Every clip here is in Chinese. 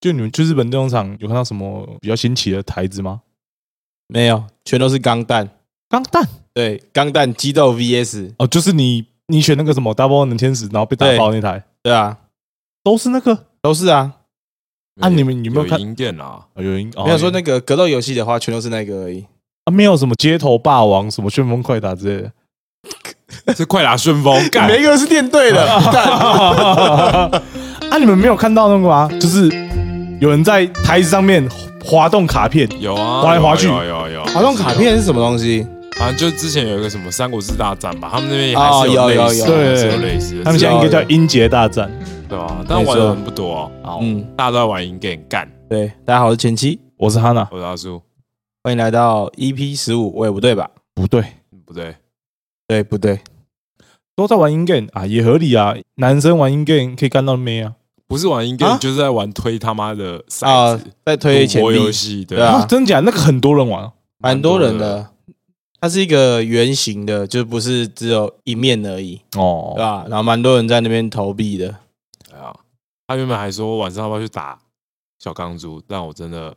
就你们去日本电动厂有看到什么比较新奇的台子吗？没有，全都是钢弹。钢弹对，钢弹激斗 VS，哦，就是你你选那个什么 Double 能天使，然后被打爆那台，对啊，都是那个都是啊。啊你们有没有看银啊店啦？哦有人哦没有说那个格斗游戏的话，全都是那个而已。啊，没有什么街头霸王、什么旋风快打之类的。 是快打顺风，干每一个是电对的，干啊，你们没有看到那个吗？就是有人在台子上面滑动卡片，有啊，滑来滑去有啊有啊有啊， 好像卡片是什么东西？好像就之前有一个什么《三国志大战》吧，他们那边也哦啊还是有类有似，有还是有对类似的，啊他们现在应该叫音节大战。对啊，但玩的人不多哦，好嗯，大家都在玩银店干，对，大家好，我是前妻，我是哈娜，我是阿叔，欢迎来到 EP 十五，我也不对吧？不对，不对，对不对？都在玩 in game 啊，也合理啊。男生玩 in game 可以干到妹啊，不是玩银店啊，就是在玩推他妈的骰啊子，在推前赌博币游戏，对对啊啊真假？那个很多人玩啊，蛮多人的，它是一个圆形的，就不是只有一面而已，哦对吧？然后蛮多人在那边投币的，对啊，他原本还说晚上要不要去打小钢珠，但我真的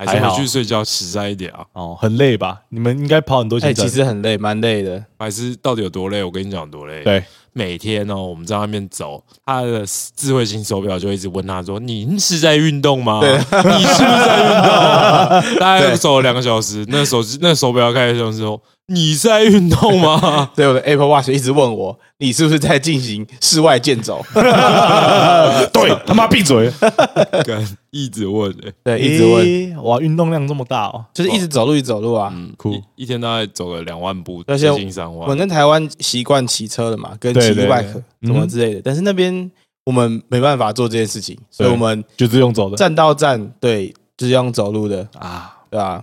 还是还好回去睡觉实在一点啊。哦，很累吧？你们应该跑很多哎，行程，其实很累，蛮累的。还是到底有多累？我跟你讲有多累。对，每天哦，我们在外面走，他的智慧型手表就一直问他说：“您是在运动吗？对你是不是在运动？”啊大概对走了两个小时，那手机那手表开始就是说：“你是在运动吗对，我的 Apple Watch 一直问我，你是不是在进行室外健走？呃呃对他妈闭嘴，？”跟一直问、欸，对， 一直问，问，哇，运动量这么大哦，就是一直走路，一直走路啊。嗯，酷一一天大概走了两万步，而且接近三我万。们在台湾习惯骑车了嘛，跟骑对 e 对 bike 什么嗯之类的，但是那边我们没办法做这件事情，所以对我们就是用走的站到站，对，就是要用走路的，啊，对吧、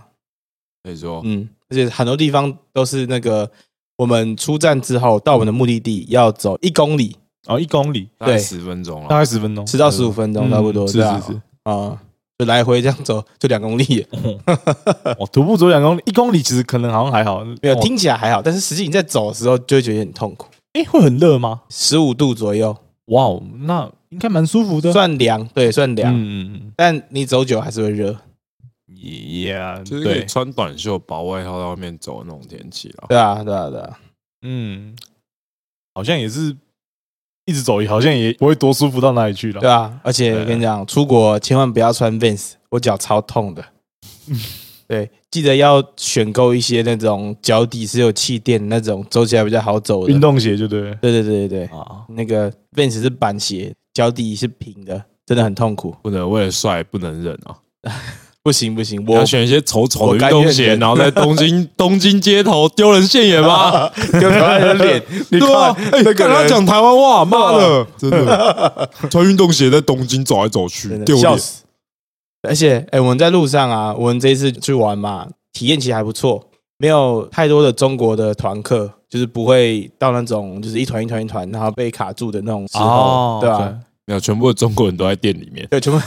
所以哦说，嗯，而且很多地方都是那个我们出站之后到我们的目的地要走一公里，哦，一公里大概对十分钟大了。概十分钟，十到十五分钟嗯差不多，是对啊是是，啊，就来回这样走就两 公里，哦，徒步走两公里，一公里其实可能好像还好，嗯没有哦，听起来还好，但是实际你在走的时候就会觉得很痛苦，哎，会很热吗？十五度左右哇哦，那应该蛮舒服的，算凉，对，算凉，啊嗯嗯但你走久还是会热，嗯，也就是可以对，穿短袖、薄外套在外面走的那种天气了。对啊，对啊，对啊。嗯，好像也是一直走，好像也不会多舒服到哪里去了。对啊，而且我跟你讲，出国千万不要穿 Vans，我脚超痛的。对，记得要选购一些那种脚底是有气垫的那种，走起来比较好走的运。动鞋就对了对对对对对，啊，那个 Vans 是板鞋，脚底是平的，真的很痛苦。不能为了帅不能忍啊！不行不行，要我选一些丑丑我的运甘动愿鞋，忍然后在东京 东京街头丢人现眼吗？丢他的脸， 你对啊，看哎，那跟个他人讲台湾话，妈 的，真的穿运动鞋在东京走来走去真，的嗯丢笑脸。死。而且，哎、我们在路上啊，我们这一次去玩嘛，体验其实还不错，没有太多的中国的团客，就是不会到那种就是一团一团一团，然后被卡住的那种时候，哦啊哦对啊吧、没有，全部的中国人都在店里面。对，全部。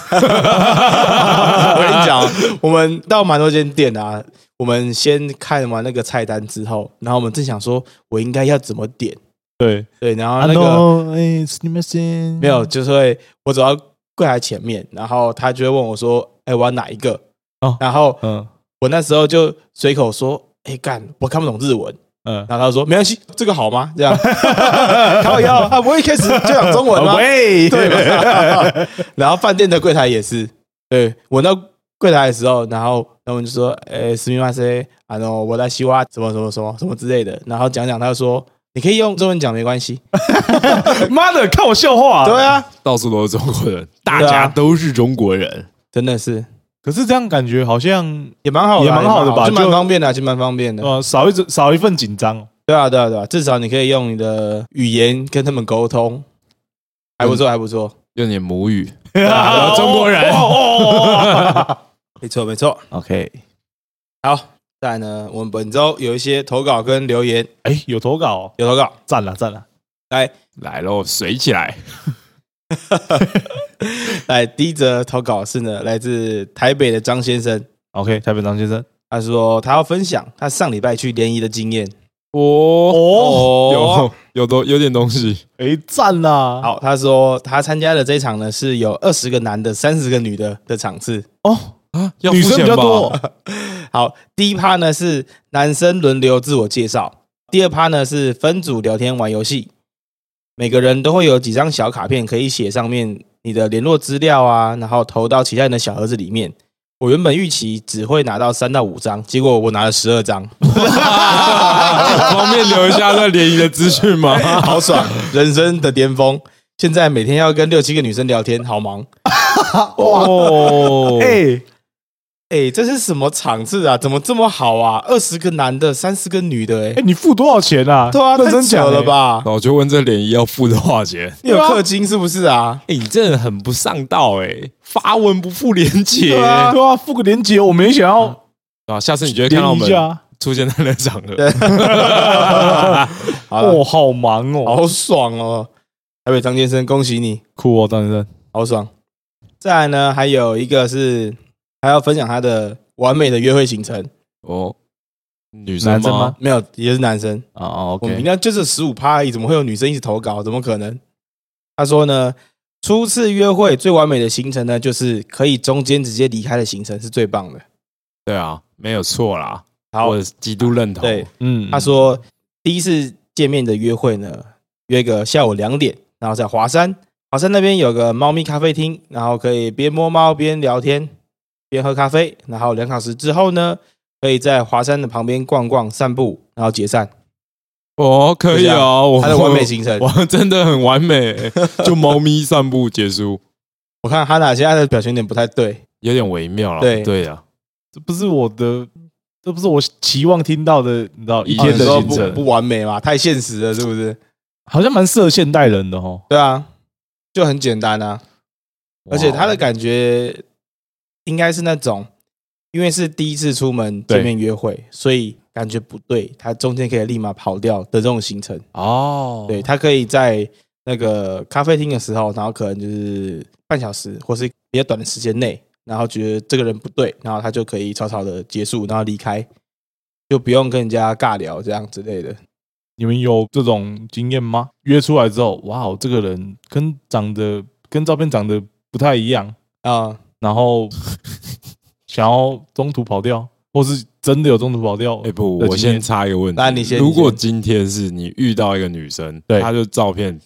我跟你讲，我们到蛮多间店啊，我们先看完那个菜单之后，然后我们正想说，我应该要怎么点，对，对，然后啊那个。 no，哎，你们先没有，就是会我走到柜台前面，然后他就会问我说：“哎、我要哪一个？”哦然后嗯我那时候就随口说：“哎、干，我看不懂日文。嗯”，然后他说：“没关系，这个好吗？”这样， 靠腰啊，我一开始就讲中文吗？啊啊喂，对 吧？然后饭店的柜台也是，对我到柜台的时候，然后他们就说：“哎、すみません，あの、我在西瓜什么什么什么什么之类的。”然后讲讲，他就说：“你可以用中文讲没关系。妈的，看我笑”话。对，啊，到处都是中国人，大对啊家都是中国人。真的是。可是这样感觉好像也蛮好的啊，也蛮好的吧就蛮就方便的啊，就蛮方便的。呃少一种少一份紧张。对啊，对啊，对啊，至少你可以用你的语言跟他们沟通，还不错，还不错，哦用点母语，啊 中国人 没错，没错。 OK，好，再来呢，我们本周有一些投稿跟留言，哎，有投稿哦，有投稿，赞了赞了。来来喽，水起来！来，第一则投稿是呢，来自台北的张先生， OK，台北张先生，他说他要分享他上礼拜去联谊的经验。哦哦，哦，有有东有点东西，哎，赞啦！好，他说他参加的这一场呢是有二十个男的、三十个女的的场次。哦，啊，要女付生比钱较吧？多，好，第一趴呢是男生轮流自我介绍，第二趴呢是分组聊天玩游戏，每个人都会有几张小卡片，可以写上面你的联络资料啊，然后投到其他人的小盒子里面。我原本预期只会拿到三到五张，结果我拿了十二张， 方便留一下那联谊的资讯吗？ 好爽，人生的巅峰。现在每天要跟六七个女生聊天，好忙。哦，哎，哎，这是什么场次啊？怎么这么好啊？二十个男的，三十个女的、哎、哎，你付多少钱啊？ 对啊，认太真扯讲了？吧？那我就问这联谊要付多少钱？你有氪金是不是啊？哎、你真的很不上道哎、发文不付连结，哎对啊，付个连结，我们也想要啊，下次你就会看到我连一们下。出现在那场合。好了，哦，好忙哦，好爽哦！台北张先生，恭喜你，酷哦，张先生。好爽。再来呢，还有一个是还要分享他的完美的约会行程，哦，女生男生吗？没有，也是男生。哦我们应该就是十五趴而已，怎么会有女生一直投稿？怎么可能？他说呢，初次约会最完美的行程呢，就是可以中间直接离开的行程是最棒的。对啊，没有错啦，好我极度认同。对，嗯他说第一次见面的约会呢，约个下午两点，然后在华山，华山那边有个猫咪咖啡厅，然后可以边摸猫边聊天，边喝咖啡，然后两小时之后呢，可以在华山的旁边逛逛散步，然后解散。哦，可以就这哦，我啊他的完美行程，哇，真的很完美、 就猫咪散步结束，我看哈娜现在的表情有点不太对，有点微妙了。对对啊，这不是我的，这不是我期望听到的，你知道一一天天的的哦行你说行程程，不不完美嘛，太现实了，是不是？好像蛮适合现代人的哦。对啊，就很简单啊。而且他的感感觉应该是那种，因为是第一次出门对见面约会，所以感觉不对，他中间可以立马跑掉的这种行程。哦，对他可以在那个咖啡厅的时候，然后可能就是半小时或是比较短的时间内，然后觉得这个人不对，然后他就可以草草的结束，然后离开，就不用跟人家尬聊这样之类的。你们有这种经验吗？约出来之后，哇哦，这个人跟长得跟照片长得不太一样，啊、然后 想要中途跑掉，或是真的有中途跑掉哎、？不，的我经验先插一个问题。那你先如果你今天是你遇到一个女生，对她就照片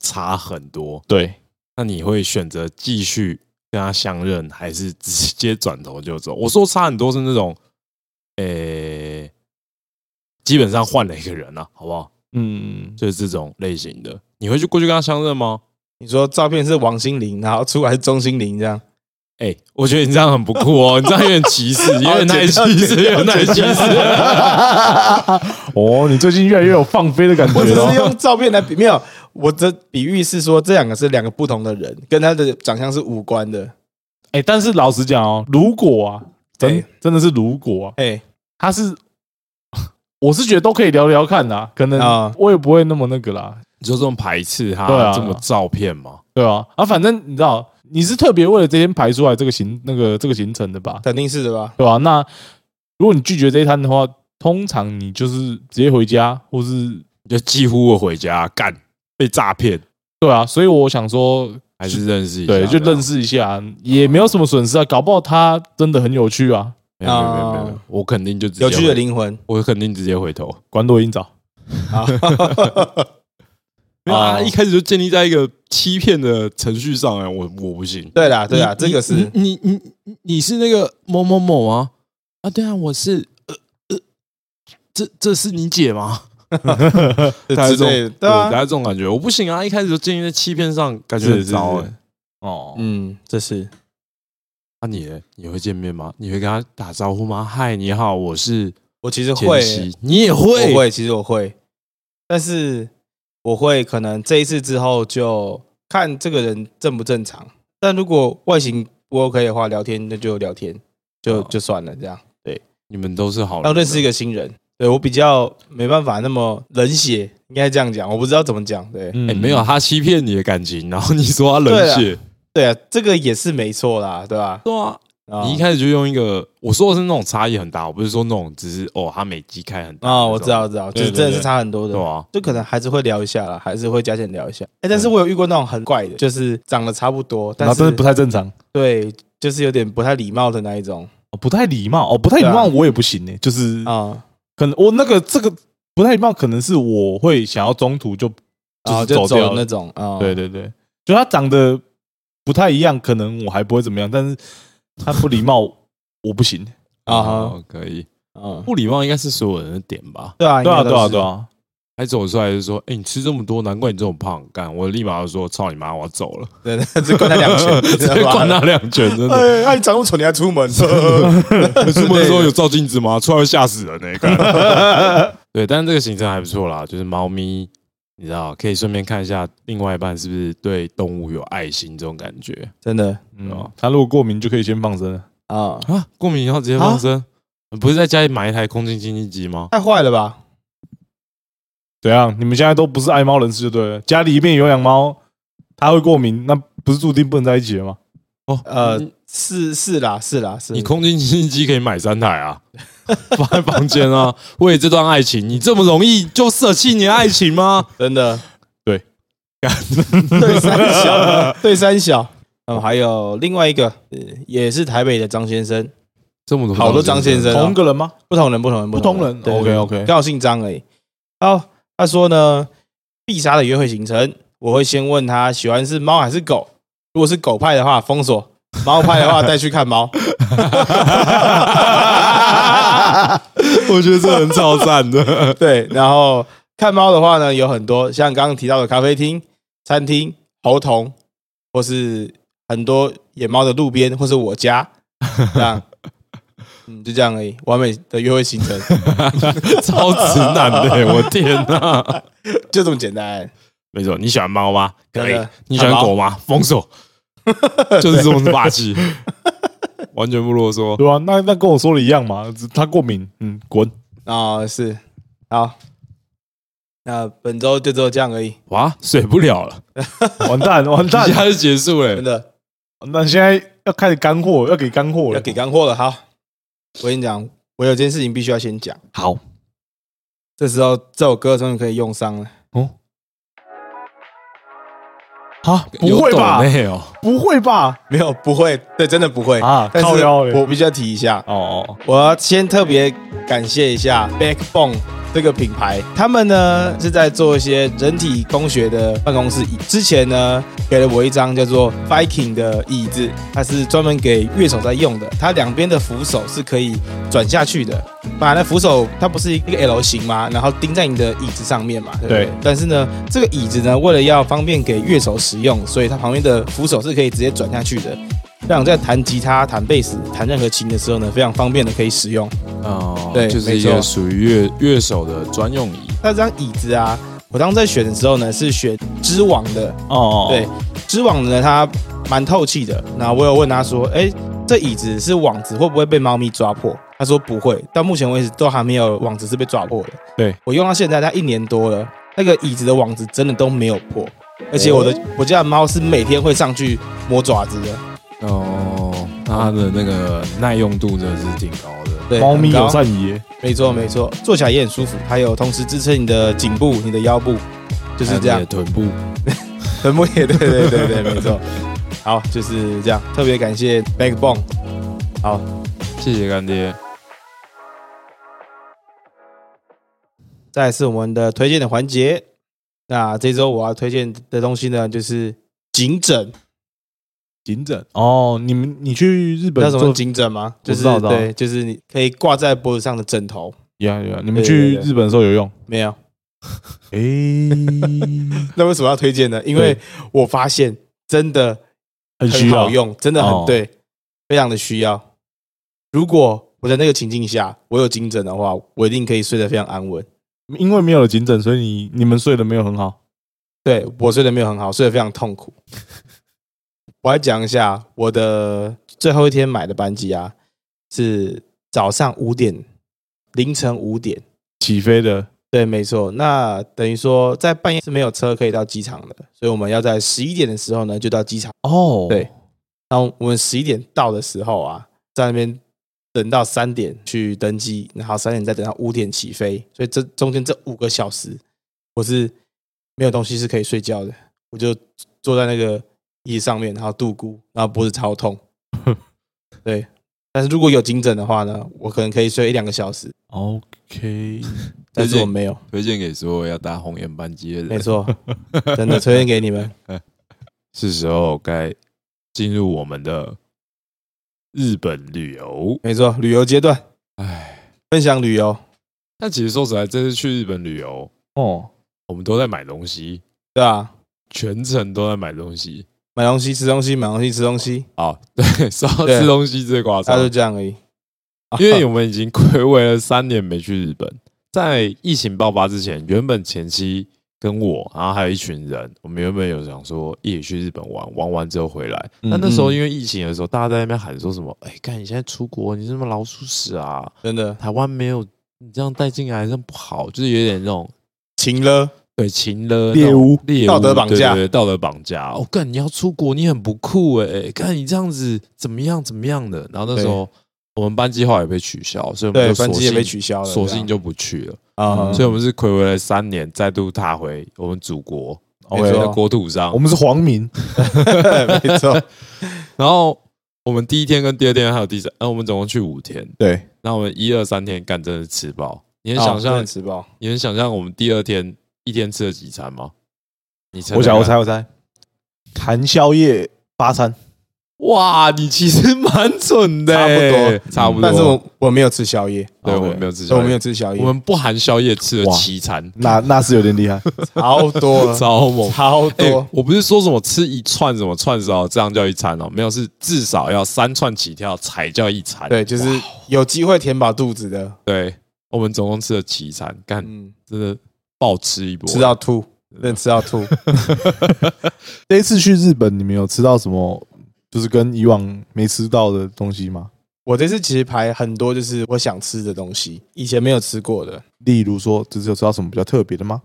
差很多，对，那你会选择继续跟她相认，还是直接转头就走？我说差很多是那种，呃、基本上换了一个人啊，好不好？嗯，就是这种类型的，你会去过去跟她相认吗？你说照片是王心凌，然后出来是钟心凌这样， 哎、我觉得你这样很不酷哦，你这样有点歧视，有点太啊剪掉歧视，有点太歧视。哦，你最近越来越有放飞的感 觉 我只是了。用照片来比，没有，我的比喻是说这两个是两个不同的人，跟他的长相是无关的。哎，但是老实讲哦，如果啊，真哎真的是如果啊，哎、他是， 我是觉得都可以聊聊看啦，可能啊我也不会那么那个啦， 你就这么排斥她，对啊这么照片吗？对啊，啊，反正你知道，你是特别为了这天排出来这个行那个这个行程的吧，肯定是的吧？对吧、那如果你拒绝这一摊的话，通常你就是直接回家，或是你就几乎我回家干被诈骗，对啊，所以我想说，还是认识一下？对，啊就认识。识一下，也没有什么损失啊，搞不好他真的很有趣啊，没有没有没有没有没有啊，我肯定就直接有趣的回，灵魂 我肯定直接回头。管多音早。啊，没有啊，哦一开始就建立在一个欺骗的程序上哎，我我不行。对啦对啦，你这个是你你你你你是那个某某某啊啊，对啊，我是呃呃，这这是你姐吗？大概之这种类的，对对，大啊，家这种感觉，我不行啊！一开始就建立在欺骗上，感觉是很是糟是哎。哦，嗯，这是那啊你呢你会见面吗？你会跟他打招呼吗？嗨，你好，我是我其实会简，溪，你也会我会，其实我会，但是我会可能这一次之后就看这个人正不正常，但如果外形不 OK 的话，聊天那就聊天，就哦就算了这样。你们都是好人，要认识一个新人。对我比较没办法那么冷血，应该这样讲，我不知道怎么讲。对、嗯哎、没有，他欺骗你的感情，然后你说他冷血，对啊，这个也是没错啦，对吧、对啊，啊你一开始就用一个，我说的是那种差异很大，我不是说那种只是哦，他每季开很大啊，那我种知道，我，知道，就对是对真的对是差很多的对。啊，就可能还是会聊一下啦，还是会加减聊一下。哎、但是我有遇过那种很怪的，就是长得差不多，然后但真是的不太正常，对，就是有点不太礼貌的那一种哦不太礼貌哦，不太礼貌对我也不行呢，就是啊，可能我那个这个不太礼貌，可能是我会想要中途就然是后啊就走走掉的那了。种啊，对对对，就他长得不太一样，可能我还不会怎么样，但是他不礼貌我不 行。啊哈，哦，可以，嗯，不礼貌应该是所有人的点吧？对啊，对啊应该对都啊是对，啊，还走出来就说，哎，你吃这么多，难怪你这么胖，干，我立马就说，操你妈，我要走了， 对对， 只灌他两拳，直接 灌他两拳，真的。哎，那你长那么丑，你还出门？ 出门的时候有照镜子吗？出来会吓死人呢、欸干！ 对，但是这个行程还不错啦，就是猫咪，你知道，可以顺便看一下另外一半是不是对动物有爱心这种感觉 真的嗯，他如果过敏就可以先放生了。啊，啊。过敏要直接放生，不是在家里买一台空气清净机吗？太坏了吧？怎样？啊你们现在都不是爱猫人士就对了。家里面有养猫，它会过敏，那不是注定不能在一起了吗？哦，呃嗯你，是是啦，是啦，是你空气清净机可以买三台啊， 放在房间啊。为这段爱情，你这么容易就舍弃你的爱情吗？真的对， 对三小， 对三小。嗯，还有另外一个，呃也是台北的张先生，这么多好多张先生对啊同一个人吗？不同人，不同人，不同人。对 OK OK，刚好姓张而已。好，他说呢，必杀的约会行程，我会先问他喜欢是猫还是狗。如果是狗派的话，封锁；猫 派的话，带去看猫。我觉得这很超赞 的。对，然后看猫的话呢，有很多像刚刚提到的咖啡厅、餐厅、猴童，或是很多野猫的路边，或是我家这 样。嗯，就这样而已，完美的约会行 程超直男的、我天哪、就这么简单。没错，你喜欢猫吗？可真以的。你喜欢狗吗？封 锁，就是这么霸气，完全不啰嗦。对啊，那那跟我说的一样嘛，只它过敏，嗯，滚。哦，是，好，那本周就只有这样而已，哇，水不了了，完蛋，完蛋 一！下就结束了真。的那现在要开始干货，要给干货要了。给干货了。好，我跟你讲，我有件事情必须要先讲，好，这时候这首歌终于可以用上了。啊，哦不会吧？没有抖内哦，不会吧？没有，不会，对，真的不会啊但靠是腰嘞我必须要提一下，哦哦，我要先特别感谢一下 Backbone 这个品牌，他们呢是在做一些人体工学的办公室椅。之前呢给了我一张叫做 Viking 的椅子，它是专门给乐手在用的，它两边的扶手是可以转下去的。把那扶手它不是一个 L 型嘛，然后钉在你的椅子上面嘛，对不对？对但是呢，这个椅子呢，为了要方便给乐手使用，所以它旁边的扶手是可以直接转下去的。让你在弹吉他、弹贝斯、弹任何琴的时候呢，非常方便的可以使用。哦，对就是没一错个属于乐乐手的专用椅。那这张椅子啊，我当时在选的时候呢，是选织网的，哦哦，对，织网的呢它蛮透气的。那我有问他说，哎、这椅子是网子会不会被猫咪抓破？他说不会，到目前为止都还没有网子是被抓破的。对我用到现在，它一年多了，那个椅子的网子真的都没有哦破，而且我的、我家的猫是每天会上去磨爪子的，哦，那它的那个耐用度真的是挺高的。对，猫咪很高友善爷，没错没错，坐起来也很舒服，还有同时支撑你的颈部、你的腰部，就是这还有样你的。臀部，很不也对对对对，没错。好，就是这样，特别感谢 Backbone。谢谢干爹。再来是我们的推荐的环节。那这周我要推荐的东西呢，就是颈枕。颈枕。哦，你们你去日知本道什么做是颈枕吗？我就知是道知道对，就是你可以挂在脖子上的枕头。呀呀，你们对去对对日本的时候有用？没有，诶， 那为什么要推荐呢？因为我发现真的 很需很要好。用，真的很、哦对，非常的需要。如果我在那个情境下，我有颈枕的话，我一定可以睡得非常安稳。因为没有了颈枕，所以你你们睡得没有很好。对我睡得没有很好，睡得非常痛苦。 我来讲一下我的最后一天买的班机啊，是早上五点，凌晨五点。起飞的对，没错。那等于说在半夜是没有车可以到机场的，所以我们要在十一点的时候呢就到机场。哦对那我们十一点到的时候啊，在那边等到三点去登机，然后三点再等到五点起飞，所以这中间这五个小时我是没有东西是可以睡觉的，我就坐在那个椅子上面，然后度孤，然后脖子超 痛。对，但是如果有颈枕的话呢，我可能可以睡一两个小时， OK，但是对我没有。推荐给所有要搭红眼班机的没人，错，真的推荐给你 们。是时候该进入我们的日本旅游。没错，旅游阶段唉，分享旅游，但其实说实在，这次去日本旅游，哦，我们都在买东西，对吧？全程都在买东西。 买东西、吃东西，买东西、吃东西，哦，对，说到啊对吃东西最夸大张家就，这样而已。 因为我们已经暌违了三年没去日本。在疫情爆发之前，原本前期跟我，然后还有一群人，我们原本有想说一起去日本玩，玩完之后回来。嗯但那时候因为疫情的时候，大家在那边喊说什么：“哎、看你现在出国，你是什么老鼠屎啊？ 真的台湾没有你这样带进来，这样不好。”就是有点那种晴了，对情了猎物、猎物道德绑架对对对道德绑架。哦，干你要出国，你很不酷哎、干你这样子怎么样怎么样的。然后那时候我们班计划也被取消，所以我们对，就班索机也性被取消了，索性就不去了。啊，嗯所以我们是暌违了三年，再度踏回我们祖国，我 OK，们没的错国土上哦哎哦我。们是皇民，嗯 没 错，然后我们第一天跟第二天还有第三，呃，我们总共去五天。对，那我们一二三天干真的吃饱，你哦能想象？吃饱，你能想象我们第二天一天吃了几餐吗？你猜猜看？我想我猜我猜，含宵夜八餐，哇，你其实蛮准的、差不嗯多，差不多。但是我我没有吃宵夜，对 OK 我们没有吃宵所以夜，我没有吃宵夜我，们不含宵夜吃了哇七餐，嗯 那那是有点厉害，超多了， 超猛。超哎、嗯多，我不是说什么吃一串什么串烧这样叫一餐哦，没有，是至少要三串起跳才叫一餐。对，就是哎哇有机会填饱肚子的，对，我们总共吃了七餐，干嗯，真的暴吃一波，吃到吐，真的吃到吐， 这一次去日本，你们有吃到什么就是跟以往没吃到的东西吗？我这次其实排很多就是我想吃的东西，以前没有吃过的，例如说，就是有吃到什么比较特别的吗？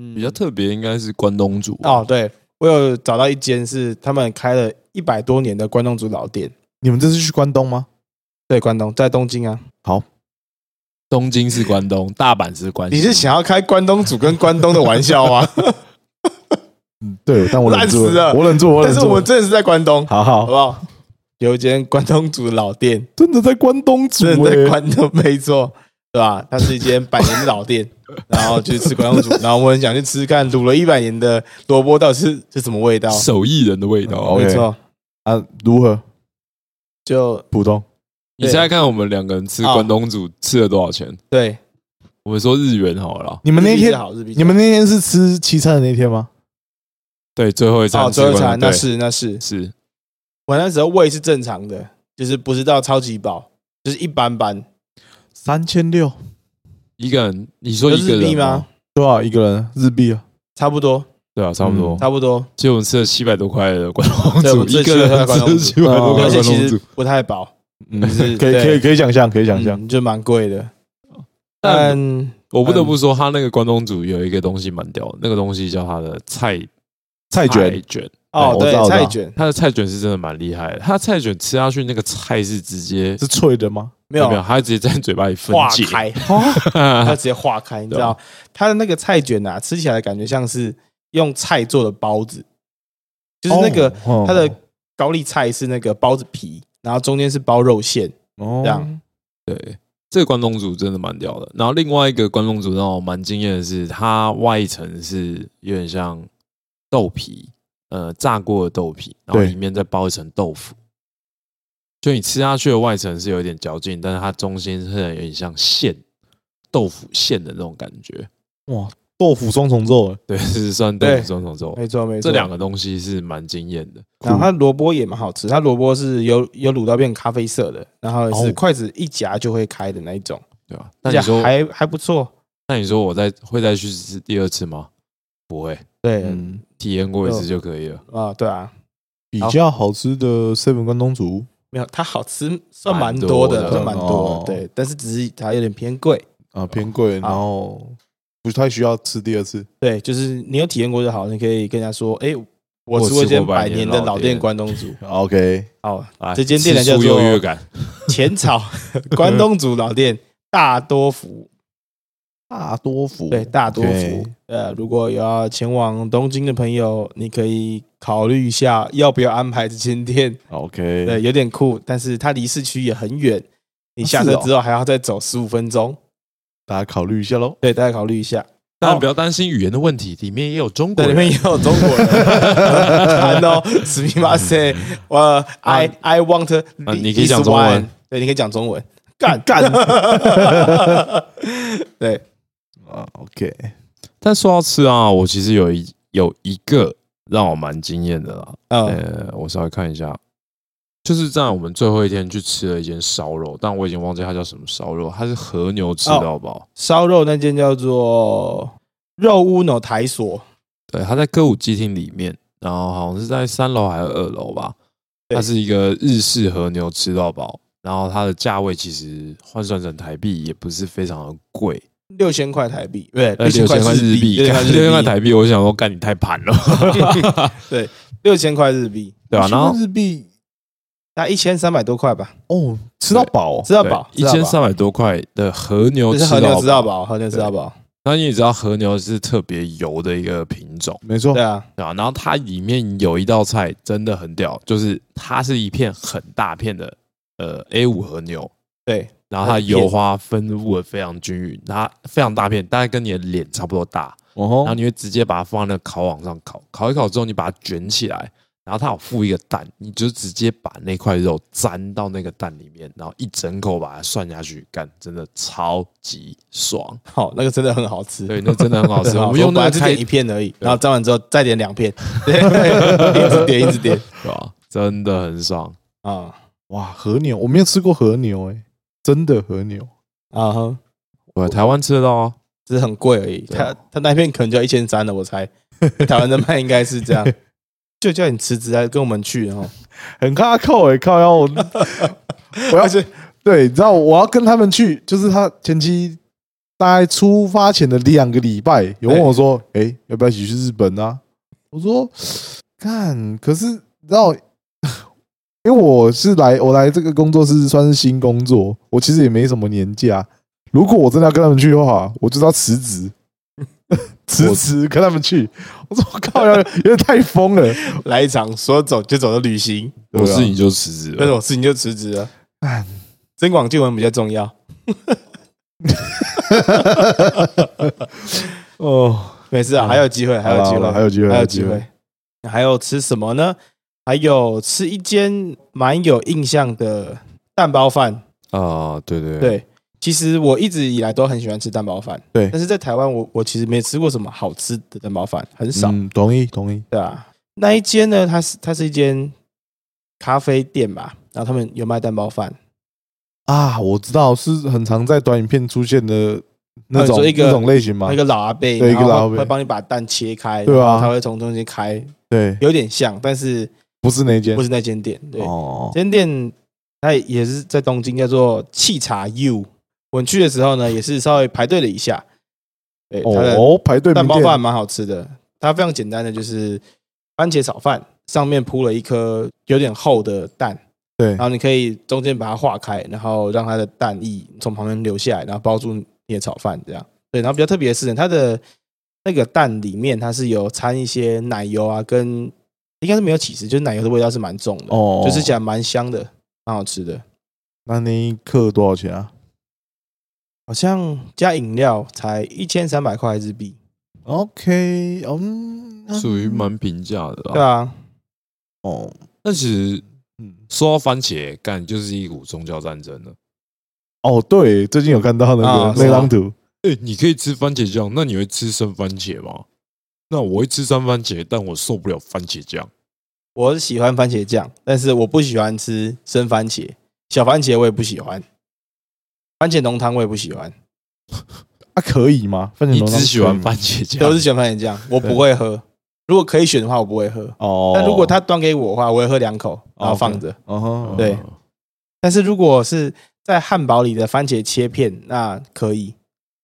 嗯比较特别应该是关东煮啊哦，对我有找到一间是他们开了一百多年的关东煮老店，你们这次去关东吗？对，关东在东京啊。东京是关东，大阪是关西。你是想要开关东煮跟关东的玩笑吗？嗯，对，但我忍住烂死了我忍住，我但忍是住。我们真的是在关东，好好好不，好？有一间关东煮老店，真的在关东煮、真的在欸，关东，没错，对吧？它是一间百年老店，然后去吃关东煮，然后我很想去吃吃看卤了一百年的萝卜到底是是什么味道，手艺人的味道。 OK 没错，啊，如何？就普通你现在看我们两个人吃哦关东煮吃了多少钱？对。我们说日元好了啦，你们那日币天就好，日币就好你们那天是吃西餐的那天吗？对，最后一哦，餐吃最关后一东，餐那对是那是，是我那时候胃是正常的，就是不是到超级饱，就是一般般。三千六，一个人，你说有一个日币人哦吗？？多少一个人日币啊？差不多，对啊，差不多嗯。差不多。其实我们吃了七百多块的关对我东们煮，这一次个去人了关东吃煮七百多块哦而且的关其东实煮，不太饱，嗯就 是，可以对可以可以想象，可以想象。嗯，就蛮贵的。但但我不得不说，他那个关东煮有一个东西蛮屌的，那个东西叫他的菜菜卷，卷，哦，我知对道，我知道菜卷他的菜卷是真的蛮厉害的，他的菜卷吃下去那个菜是直接是脆的吗？没有没有，他直接在嘴巴里分化解，啊开，哦 它直接化开，你知道 它的那个菜卷啊，吃起来的感觉像是用菜做的包子，就是那个哦它的高丽菜是那个包子皮，然后中间是包肉馅，哦这样对，这个关东煮真的蛮屌的。然后另外一个关东煮让我蛮惊艳的是，它外层是有点像豆皮，呃，炸过的豆皮，然后对里面再包一层豆腐。就你吃下去的外层是有点嚼劲，但是它中心是有点像馅豆腐馅的那种感觉。哇，豆腐双重奏，欸对，是算豆对腐双重奏。没错没错。这两个东西是蛮惊艳的。然后它萝卜也蛮好吃，它萝卜是有有卤到变咖啡色的，然后也是哦筷子一夹就会开的那一种，对吧？那而你且说，还还不错。那你说我再会再去吃第二次吗？不会，对，嗯，体验过一次就可以了。啊，对啊，比较好吃的 seven 关东煮，没有它好吃，算蛮蛮多多的，的算蛮多哦的，对，但是只是它有点偏贵。啊，偏贵，然后不太需要吃第二次。对，就是你有体验过就好，你可以跟人家说，哎，我我吃过一吃过间百百年年的老老店店关东煮， OK，哦来，这间店呢吃出叫做优越感，浅草 关东煮老店大多福，大多福对，大多福 OK。呃，如果有要前往东京的朋友，你可以考虑一下要不要安排这间店。 ，OK，对，有点酷，但是它离市区也很远，你下车是哦之后还要再走十五分钟。大家考虑一下喽。对，大家考虑一下。当然不要担心语言的问题，里面也有中国对，里面人也。有中国人。 看哦，史密马塞，嗯我 I I want 啊你可以讲中文，对，你可以讲中文。干干， 对，啊，OK，但说到吃啊，我其实有一有一个让我蛮惊艳的啦。嗯呃，我稍微看一下，就是在我们最后一天去吃了一间烧肉，但我已经忘记它叫什么烧肉，它是和牛吃到饱。烧肉那间叫做肉屋脑台所，对，它在歌舞伎町里面，然后好像是在三楼还是二楼吧。对它是一个日式和牛吃到饱，然后它的价位其实换算成台币也不是非常的贵，六千块台币，对，呃，六千块块日币，六看六千千块块台，台币，我想说，干你太盘了， 六千块日币，对啊吧、然后日币那一千三百多块吧，哦，吃到饱哦，吃到饱，一吃到千饱三百多块的和牛这吃是到和牛吃到饱。饱，和牛吃到饱，那你也知道和牛是特别油的一个品种，没错对，啊，对吧、然后它里面有一道菜真的很屌，就是它是一片很大片的呃 A 五和牛，对，然后它很片油花分布的非常均匀，它非常大片，大概跟你的脸差不多大。哦然后吼，你会直接把它放在那个烤网上烤，烤一烤之后你把它卷起来，然后它有附一个蛋，你就直接把那块肉沾到那个蛋里面，然后一整口把它涮下去，干真的超级爽。 好，那个真的很好吃，对，那真的 很好吃。对啊我们用本那来个只开点一片而已，然后沾完之后再点两 片，对，一直点一直点对吧？真的很爽。啊哇，和牛我没有吃过和牛，哎，真的和牛，啊哈，对，台湾吃得到啊。只是很贵而已。他对啊他那片可能就要一千三了，我 猜台湾的卖应该是这样。就叫你辞职来跟我们去 哦，很靠靠哎，靠腰，我 我要去，对，你知道我要跟他们去，就是他前期大概出发前的两个礼拜，有问我说，哎，要不要一起去日本啊？我说，看，可是你知道。 因为我是来，我来这个工作室算是新工作，我其实也没什么年假。如果我真的要跟他们去的话，我就是要辞职， 辞职跟他们去。我说我靠，有点有点太疯了。来一场说走就走的旅行，对我啊是你就辞职那了。种事情就辞职了哎。增广见闻比较重 要， 哦，没事啊，嗯还有机会，还有机好会了，还有机会，还有机机会。。还有吃什么呢？还有吃一间蛮有印象的蛋包饭。啊，对对对，其实我一直以来都很喜欢吃蛋包饭。对但是在台湾我，我其实没吃过什么好吃的蛋包饭，很少。嗯，同意同意。对啊，那一间呢，它是它是一间咖啡店吧，然后他们有卖蛋包饭，啊，我知道是很常在短影片出现的那种啊你说一个那种类型吗那？个老阿伯，对一个然后老阿伯会会帮你把蛋切开，对啊然后他会从中间开，对，有点像，但是不是那一间不是那间店。对，哦这间店它也是在东京，叫做气茶 U。我去的时候呢，也是稍微排队了一下。对，它的哦，排队蛋名包店饭蛮好吃的，它非常简单的就是番茄炒饭，上面铺了一颗有点厚的蛋，对然后你可以中间把它化开，然后让它的蛋液从旁边流下来，然后包住你的炒饭这样。对，然后比较特别的是，它的那个蛋里面它是有掺一些奶油啊，跟应该是没有起司，就是奶油的味道是蛮重的，哦，就吃起来蛮香的，蛮好吃的。那那一克多少钱啊？好像加饮料才一千三百块日币， OK，嗯，属于蛮平价的对啦。啊，哦，那其实嗯，说到番茄，干就是一股宗教战争了。哦，对，最近有看到那啊个那张图，哎、你可以吃番茄酱，那你会吃生番茄吗？那我会吃生番茄，但我受不了番茄酱。我喜欢番茄酱，但是我不喜欢吃生番茄，小番茄我也不喜欢，番茄浓汤我也不喜欢，啊，可以吗？嗯反正你只喜欢番番茄酱，都是喜欢番茄酱，我不会喝。如果可以选的话，我不会喝。哦，但如果他端给我的话，我会喝两口，然后放着。哦吼对但是如果是在汉堡里的番茄切片，那可以，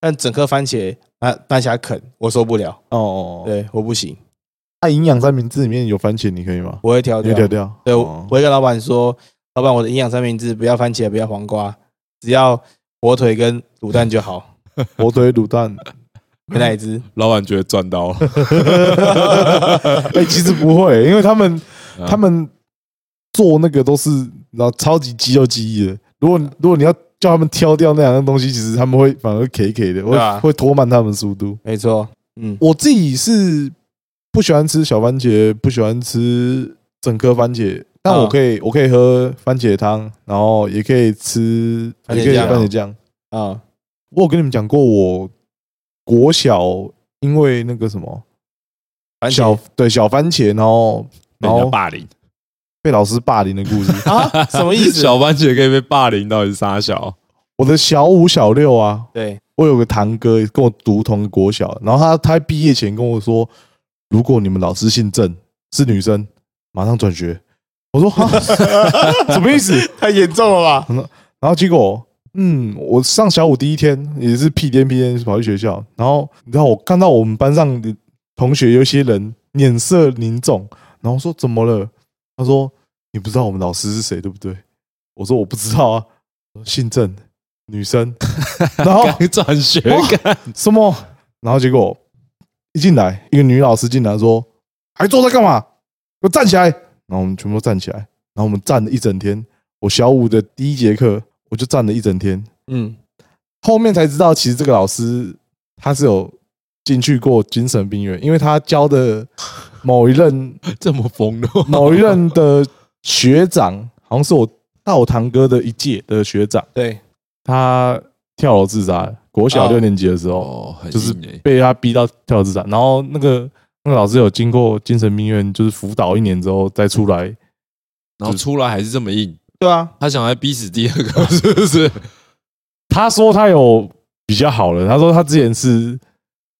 但整颗番茄啊，大家啃，我受不了，哦哦，啊哦，对，我不行，那营养三明治里面有番茄，你可以吗？我会挑你掉会。调掉，对，我哦会跟老板说，老板，我的营养三明治不要番茄，不要黄瓜，只要火腿跟卤蛋就好，火腿卤 蛋，给他一只。老板觉得赚到 了，哎、其实不会，因为他们啊嗯他们做那个都是然后超级肌肉记忆的。如嗯果如果你要叫他们挑掉那两样东西，其实他们会反而 K K 的，会、对啊会拖慢他们速度。没错，嗯，我自己是不喜欢吃小番茄，不喜欢吃整颗番茄，但嗯我可以、我可以喝番茄汤，然后也可以吃番茄也可以酱番茄酱。啊，我有跟你们讲过，我国小因为那个什么番茄小对小番茄，然后被然人家后霸凌被老师霸凌的故事。啊， 什么意思？小番茄可以被霸凌，到底是啥小？我的小五小六啊，对，我有个堂哥跟我读同个国小，然后他他毕业前跟我说，如果你们老师姓郑是女生，马上转学。我说 哈，什么意思？太严重了吧？然后结果，嗯，我上小五第一天也是屁颠屁颠跑去学校，然后你知道我看到我们班上的同学有一些人脸色凝重，然后说怎么了？他说你不知道我们老师是谁对不对？我说我不知道啊，我说姓郑，女生，然哦后。 刚转学，哇什么？然后结果一进来，一个女老师进来说：“还坐着干嘛？给我站起来！”然后我们全部都站起来，然后我们站了一整天。我小五的第一节课，我就站了一整天。嗯，后面才知道，其实这个老师他是有进去过精神病院，因为他教的某一任这么疯的哦某一任的学长，好像是我大我堂哥的一届的学长，对，他跳楼自杀了，国小哦六年级的时候。哦，很就是硬欸被他逼到跳楼自杀。然后那个那个老师有经过精神病院，就是辅导一年之后再出来。然后出来还是这么硬，对啊，他想来逼死第二个， 是不是？他说他有比较好了，他说他之前是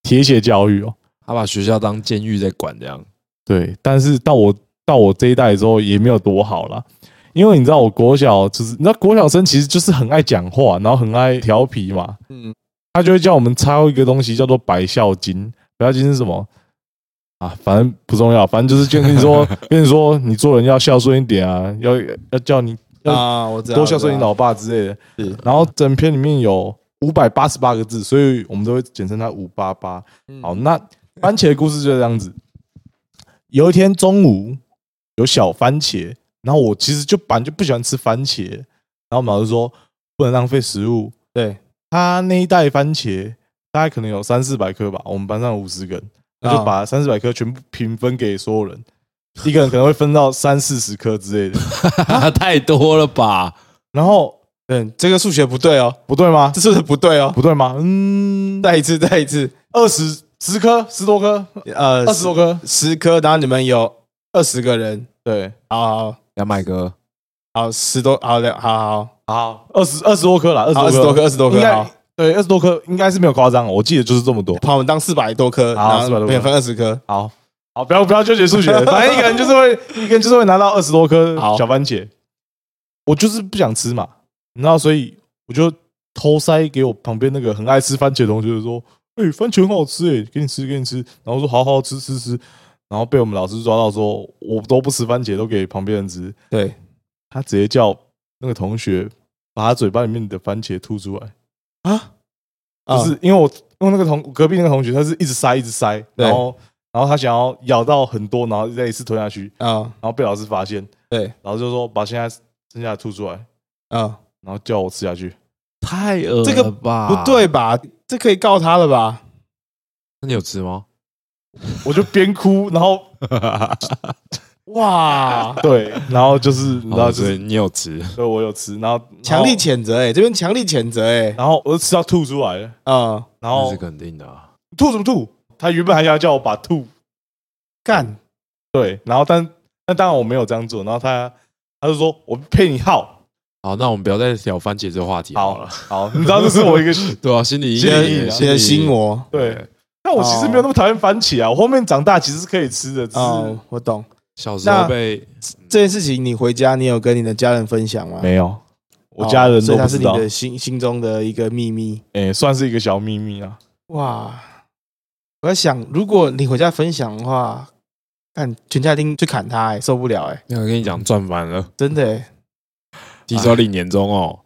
铁血教育哦，他把学校当监狱在管，这样对，但是到我到我这一代之后也没有多好啦。因为你知道，我国小就是，你知道国小生其实就是很爱讲话，然后很爱调皮嘛，嗯，他就会叫我们抄一个东西叫做百孝经。百孝经是什么？啊，反正不重要，反正就是跟你说，跟你说，你做人要孝顺一点啊，要要叫你啊，我知道，多孝顺你我老爸之类的。知道，然后整篇里面有五百八十八个字，所以我们都会简称它五八八。是好，，那番茄的故事就这样子。有一天中午有小番茄，然后我其实就本来就不喜欢吃番茄，然后我们老师说不能浪费食物，对，他那一袋番茄大概可能有三四百颗吧，我们班上五十个人，他就把三四百颗全部平分给所有人，一个人可能会分到三四十颗之类的。 太多了吧？然后嗯，这个数学不对哦，不对吗这？数学不对哦，不对吗？嗯，再一次，再一次，二十十颗，十多颗，呃，二十多颗，十颗，然后你们有二十个人，对，好好两百个，好，十多，好的，好好好，二十二十多颗啦，好，二二十十多多颗，颗，二十多颗，应该好，对，二十多颗应该是没有夸张，我记得就是这么多。把我们当四百多颗，好然400后多颗每人分二十颗，好，好，不要不要纠结数 学，反正一个人就是会，一个人就是会拿到二十多颗好小番茄。我就是不想吃嘛，然后所以我就偷塞给我旁边那个很爱吃番茄的同学说：“哎、番茄很好吃哎、给你吃，给你吃。”然后我说：“好好吃，吃吃。”然后被我们老师抓到说：“我都不吃番茄，都给旁边人吃。对，”他直接叫那个同学把他嘴巴里面的番茄吐出来。啊就是因为我因为那个同隔壁那个同学，他是一直塞一直塞，对然后然后他想要咬到很多，然后再一次吞下去，啊然后被老师发现，对，老师就说把现在剩下的吐出来，啊，然后叫我吃下去。太恶这个啊吧不对，吧？这可以告他了吧？那你有吃吗？我就边哭，然后 哇，对，然后就是然后哦就所以是你有吃，对我有吃，然后强力，谴责哎，这边强力谴责哎，然后然后我就吃到吐出来了，啊，然那后是肯定的啊。吐什么吐？他原本还要叫我把吐干，对，然后但但当然我没有这样做，然后他他就说我配你号，好，那我们不要再聊番茄这个话题好好了。好，你知道这是我一个 对啊，心理阴心理阴影影啊，啊你的心理阴影。魔对。但我其实没有那么讨厌番茄啊，我后面长大其实是可以吃的，只是、哦，我懂小时候那被这件事情。你回家，你有跟你的家人分享吗？没有，我家人哦都所以它不是知你道，的心心中的一个秘密。哎、算是一个小秘密啊。哇，我在想，如果你回家分享的话，看全家一定去砍他、欸，受不了哎、那我跟你讲赚翻了，真的、欸、提早领年终哦。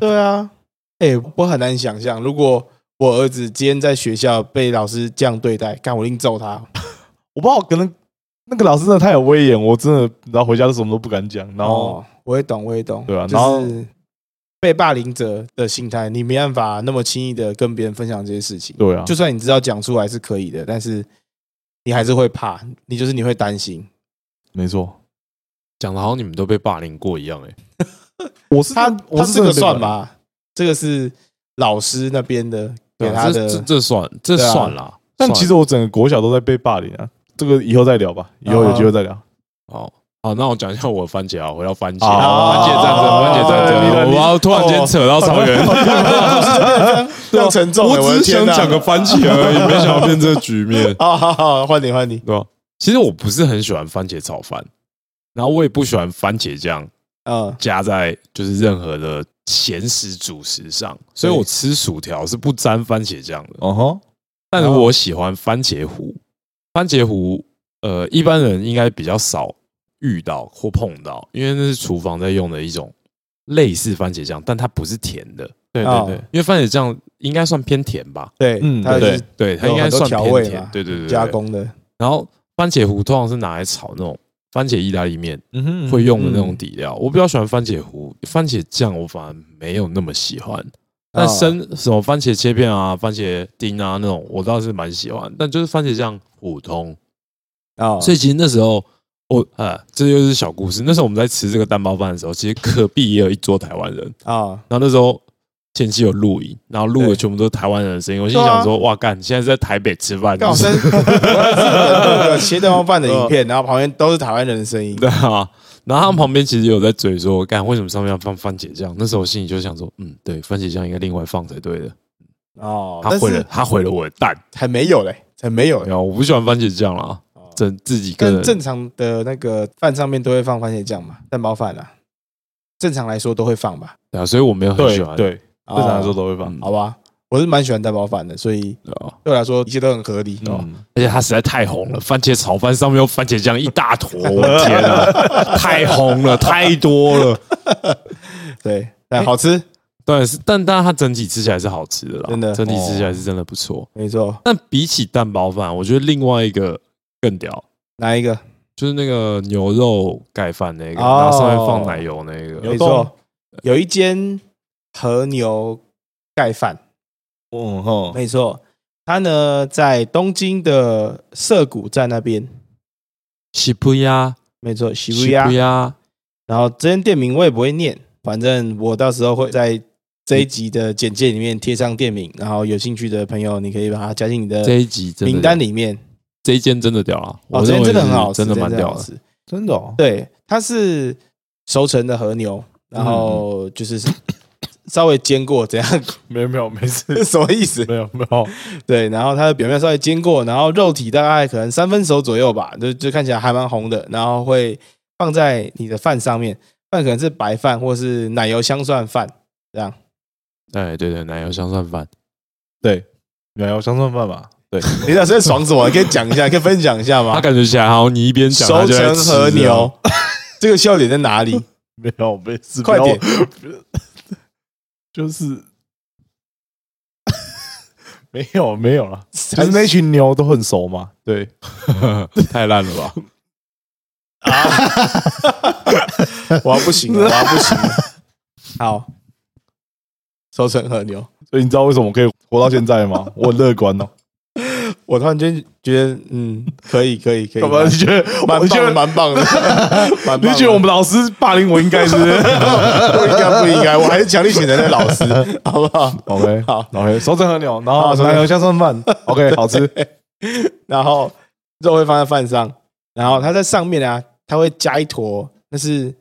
对啊，哎、我很难想象，如果我儿子今天在学校被老师这样对待，干我一定揍他。我不知道，可能那个老师真的太有威严，我真的然后回家都什么都不敢讲，然后哦，我也懂，我也懂，对啊然后就是被霸凌者的心态，你没办法那么轻易的跟别人分享这些事情。对啊，就算你知道讲出来是可以的，但是你还是会怕，你就是你会担心。没错，讲的好像你们都被霸凌过一样哎、我是他我他是这真个的被算霸吧，这个是老师那边的给啊他这这的。这算这对啊算啦。但算其实我整个国小都在被霸凌啊，这个以后再聊吧，以后有啊机会再聊。好好，那我讲一下我的番茄啊，回到番茄，哦番茄战争，番茄战对你的争，你我要突然间扯到超远，哦 这样沉重欸，我的只是天想哪。讲个番茄而已，没想到变这个局面好好好，换你换你。其实我不是很喜欢番茄炒饭，然后我也不喜欢番茄酱嗯，加在就是任何的咸食主食上，所以我吃薯条是不沾番茄酱的。哦吼，但是我喜欢番茄糊，番茄糊，呃，一般人应该比较少遇到或碰到，因为那是厨房在用的一种类似番茄酱，但它不是甜的。对对对对因为番茄酱应该算偏甜吧？对，嗯他对是对，它有应该很多算调偏味甜嘛。对对对，对加。工的，然后番茄糊通常是拿来炒那种番茄意大利面嗯哼会用的那种底料，我比较喜欢番茄糊，番茄酱我反而没有那么喜欢。啊但生什么番茄切片啊、番茄丁啊那种，我倒是蛮喜欢，但就是番茄酱普通。啊，所以其实那时候我呃，这又是小故事。那时候我们在吃这个蛋包饭的时候，其实隔壁也有一桌台湾人。啊，然后那时候前期有录影，然后录对的全部都是台湾人的声音。我心对啊想说，哇干，现在是在台北吃饭，刚好 就是生切蛋包饭的影片，然后旁边都是台湾人的声音，对啊。然后他们旁边其实有在嘴说，干为什么上面要放番茄酱？那时候我心里就想说，嗯，对，番茄酱应该另外放才对的。哦，他但毁了，是他毁了我的蛋。还没有嘞，还没有没嘞，有，我不喜欢番茄酱啦，整自己个跟人正常的那个饭上面都会放番茄酱嘛，蛋包饭啊，正常来说都会放吧，对啊，所以我没有很喜欢。对对，正正常来说都会放。嗯好吧，我是蛮喜欢蛋包饭的，所以对啊对我来说一切都很合理。哦嗯而且它实在太红了，番茄炒饭上面有番茄酱一大坨，我的天啊，太红了，太多了。对，但好吃，对，是，但但它整体吃起来是好吃的啦，真的整体吃起来是真的不错。没错。但比起蛋包饭，我觉得另外一个更屌，哪一个？就是那个牛肉盖饭那个，哦然后上面放奶油那个，没错，有一间和牛盖饭，嗯哦哼，没错，它呢在东京的涩谷站那边，西布鸭，没错，喜西布亚布。鸭，呃然后这间店名我也不会念，反正我到时候会在这一集的简介里面贴上店名，然后有兴趣的朋友你可以把它加进你这的一集真的名单里面。这一间真的屌啊！哦，我这认间真为的很是好吃，真的这间蛮很屌好的。吃。真的哦，对，它是熟成的和牛，然嗯后就是稍微煎过，怎样？ 没有没有，没事，什么意思？没有没 有，对，然后它的表面稍微煎过，然后肉体大概可能三分熟左右吧，就就看起来还蛮红的，然后会放在你的饭上面，饭可能是白饭或是奶油香蒜饭这样。哎，对对，奶油香蒜饭，对，奶油香蒜饭吧，对，你那是在爽什么？你可以讲一下，你可以分享一下他吗？感觉起来好像你一边讲，他熟就在成吃和这样牛，这个笑点在 哪里？没有没事，快点不要， 就是 没有没有了，就是那群牛都很熟嘛， 对，太烂了吧？我要不行了，我要不行了。好，熟成和牛， 所以你知道为什么我可以活到现在吗？我很乐观哦，我突然间觉得，嗯，可以，可以，可以，干嘛？你觉得蛮你蛮觉得棒的，蛮棒的，蛮棒的你觉得我们老师霸凌我应 该是不应该，不应该，我还是强力选择那老师，好不好？ OK 好 OK 手整和牛，然好后手整奶油香蒜 饭 OK 好吃，然后肉会放在饭上，然后它在上面啊，它会加一坨，那是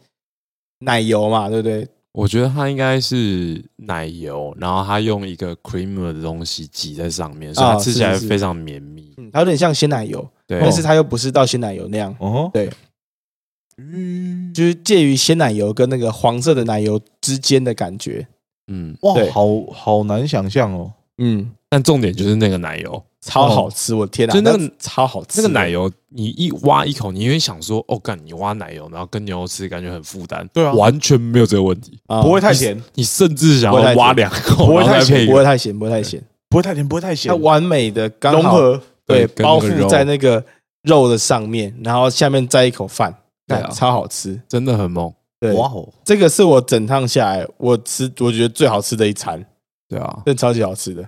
奶油嘛，对不对？我觉得它应该是奶油，然后它用一个 creamer 的东西挤在上面，所以它吃起来啊是哦是是非常绵密。嗯，它有点像鲜奶油，对，但是它又不是到鲜奶油那样，哦对嗯，就是介于鲜奶油跟那个黄色的奶油之间的感觉。嗯，哇对，好好难想象哦，嗯，但重点就是那个奶油，超好吃，我天哪，啊就那个超好吃，那个奶，油，你一挖一口，你会想说，哦，干，你挖奶油，然后跟牛肉吃，感觉很负担。对啊完全没有这个问题。啊不会太咸，你甚至想不会太要甜挖两口，不会然后太再配咸，一不个会太咸，不会太咸，不会太甜，不会太咸它，完美的刚好融，合。对，对跟那包个肉覆在那个肉的上面，然后下面再一口饭，对啊干超好吃。真的很猛。对，哦，这个是我整趟下来我吃我觉得最好吃的一餐，对啊，真的超级好吃的。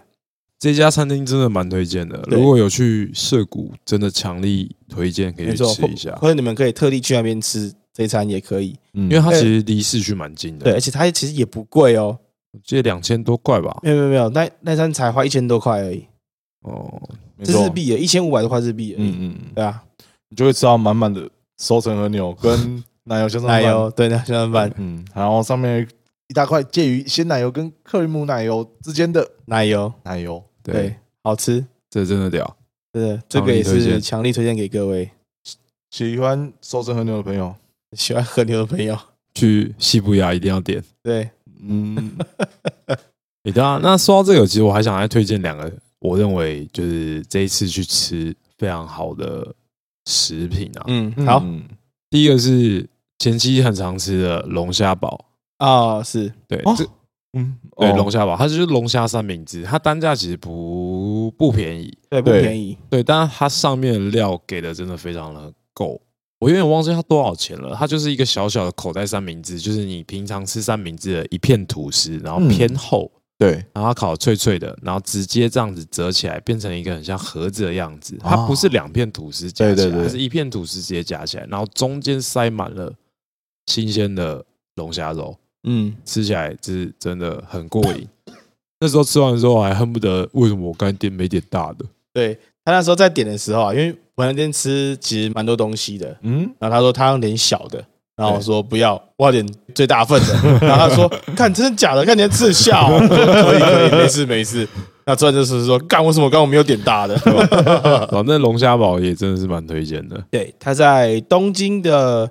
这家餐厅真的蛮推荐的。对如果有去涩谷，真的强力推荐可以没去错，吃或一下，或者你们可以特地去那边吃这一餐也可以。因因为它其实离市区蛮近的。对，而，且它其实也不贵哦，我记得两千多块吧。没有没有没有，那那餐才花一千多块而已，哦，这日，币也一千五百多块日币而已。嗯嗯，对啊，你就会吃到满满的熟成和牛 跟奶油香肠奶饭，油对那香肠饭，嗯，然后上面一大块介于鲜奶油跟克里姆奶油之间的奶油奶油，对对，好吃，这真的屌。真的，这个也强力推是荐强力推荐给各位喜欢熟成和牛的朋友，喜欢和牛的朋友。去西伯牙一定要点。对，嗯，诶对啊，那说到这个，其实我还想再推荐两个，我认为就是这一次去吃非常好的食品啊。嗯， 好嗯第一个是前期很常吃的龙虾堡，哦，是对，哦这嗯，对哦龙虾堡，它就是龙虾三明治，它单价其实不不便宜，对不对便宜，对，但它上面的料给的真的非常的够。我有点忘记它多少钱了，它就是一个小小的口袋三明治，就是你平常吃三明治的一片吐司，然后嗯偏厚，对，然后它烤得脆脆的，然后直接这样子折起来，变成一个很像盒子的样子。哦它不是两片吐司夹起来，对对对它是一片吐司直接夹起来，然后中间塞满了新鲜的龙虾肉，嗯，吃起来是真的很过瘾。 那时候吃完的时候，我还恨不得为什么我刚才点没点大 的？对他那时候在点的时候啊，因为我那天吃其实蛮多东西的，嗯，然后他说他要点小的，然后我说不要，我要点最大份的。然后他说：“看，真的假的？看你还吃得下、哦？我说可以可以，没事没事。”那突然就是说：“干，为什么我刚刚没有点大的，然后那龙虾堡也真的是蛮推荐的？” 对，他在东京的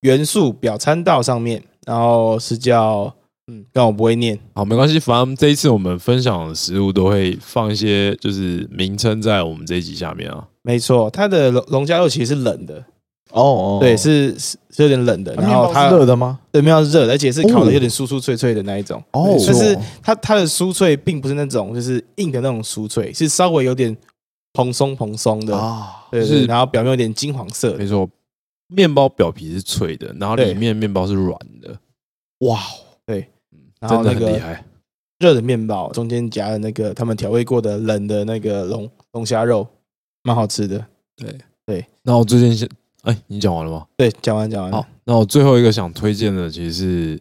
元素表参道上面，然后是叫嗯，但我不会念，好，没关系，反正这一次我们分享的食物都会放一些就是名称在我们这一集下面啊。没错，它的龙龙虾肉其实是冷的，哦哦，对，是是是有点冷的，啊然面包后是它热的吗？对面包是热的，而且是烤哦的有点酥酥脆脆的那一种。哦但是它它的酥脆并不是那种就是硬的那种酥脆，是稍微有点蓬松蓬松的，啊，对就是对，然后表面有点金黄色没，错，面包表皮是脆的，然后里对面面包是软的，哇，然哦后真的那很厉个害。热的面包中间夹了那个他们调味过的冷的那个龙龙虾肉，蛮好吃的。那我最近想，哎，你讲完了吗？对，讲完讲完好了，，那我最后一个想推荐的 其实是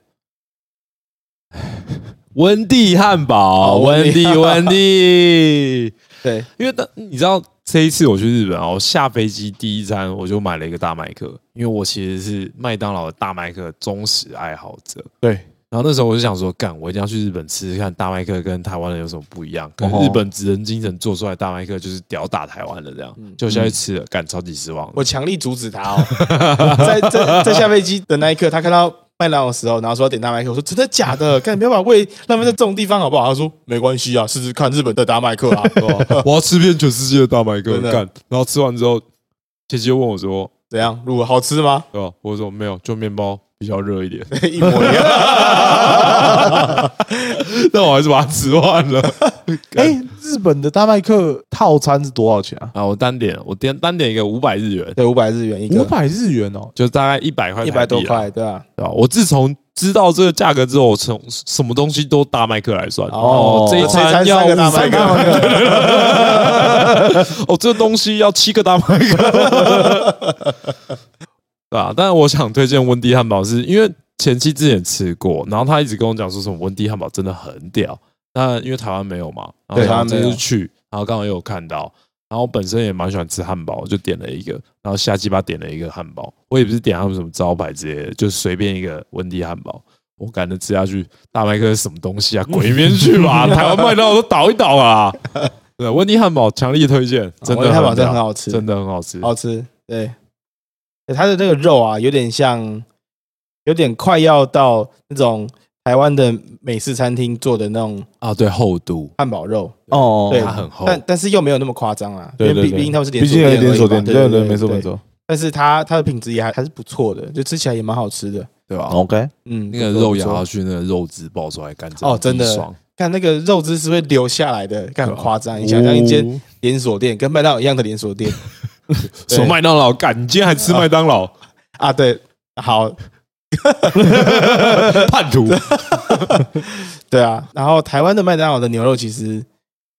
温蒂汉堡，哦温温蒂蒂 温蒂，对，因为当你知道这一次我去日本啊，我下飞机第一餐我就买了一个大麦克，因为我其实是麦当劳的大麦克忠实爱好者。对，然后那时候我就想说，干，我一定要去日本吃吃看大麦克跟台湾人有什么不一样。可能哦日本职人精神做出来的大麦克就是屌打台湾的这样，就下去吃了，干超级失望。我强力阻止他哦， 在在在下飞机的那一刻，他看到麦当劳的时候，然后说要点大麦克，我说真的假的？干，不要把胃浪费在这种地方好不好？他说没关系啊，试试看日本的大麦克 啊，我要吃遍全世界的大麦克，真的干。然后吃完之后，姐姐就问我说，怎样？如果好吃吗？ 对吧？我说没有，就面包比较热一点。 一模一样。但我还是把它吃完了。哎，日本的大麦克套餐是多少钱啊？啊，我单点，我点单点一个五百日元， 对，五百日元一五个，百日元哦，就大概一百块，啊一百多，块，对啊吧、对吧？我自从知道这个价格之后，我从什么东西都大麦克来算。哦这一餐要这一餐三个大麦 克，哦，这东西要七个大麦克， 对吧？但是我想推荐温蒂汉堡是，因为前期之前吃过，然后他一直跟我讲说什么温蒂汉堡真的很屌，那因为台湾没有嘛，然后对台湾台这湾没有次去，然后刚好又有看到，然后我本身也蛮喜欢吃汉堡，我就点了一个，然后瞎鸡巴点了一个汉堡，我也不是点他们什么招牌之类的，就随便一个温蒂汉堡。我赶着吃下去，大麦克是什么 东西啊？滚一边去吧！台湾麦当劳都倒一倒啊！对，温蒂汉堡强力推荐，真我觉的哦得汉堡真的很很屌好吃，哦真的很好吃。好吃。对，欸它的那个肉啊，有点像，有点快要到那种台湾的美式餐厅做的那种啊，对，厚度，汉堡肉，哦对它很厚，但但是又没有那么夸张啊，因对为对毕对，毕竟他们是连毕竟有连锁锁店，店而已嘛，对对对，没错没。对错但是它它的品质也还还是不错的，就吃起来也蛮好吃的。对吧？ ，OK，嗯，那个不错肉咬不错下去，那个肉汁爆出来，干哦真的爽，看那个肉汁是会流下来的，啊看很夸哎张。你想象像一间哦连锁店，跟麦当劳一样的连 锁店对什么麦当劳干，你今天还吃麦 当劳，啊，对，好，叛徒对啊。然后台湾的麦当劳的牛肉其实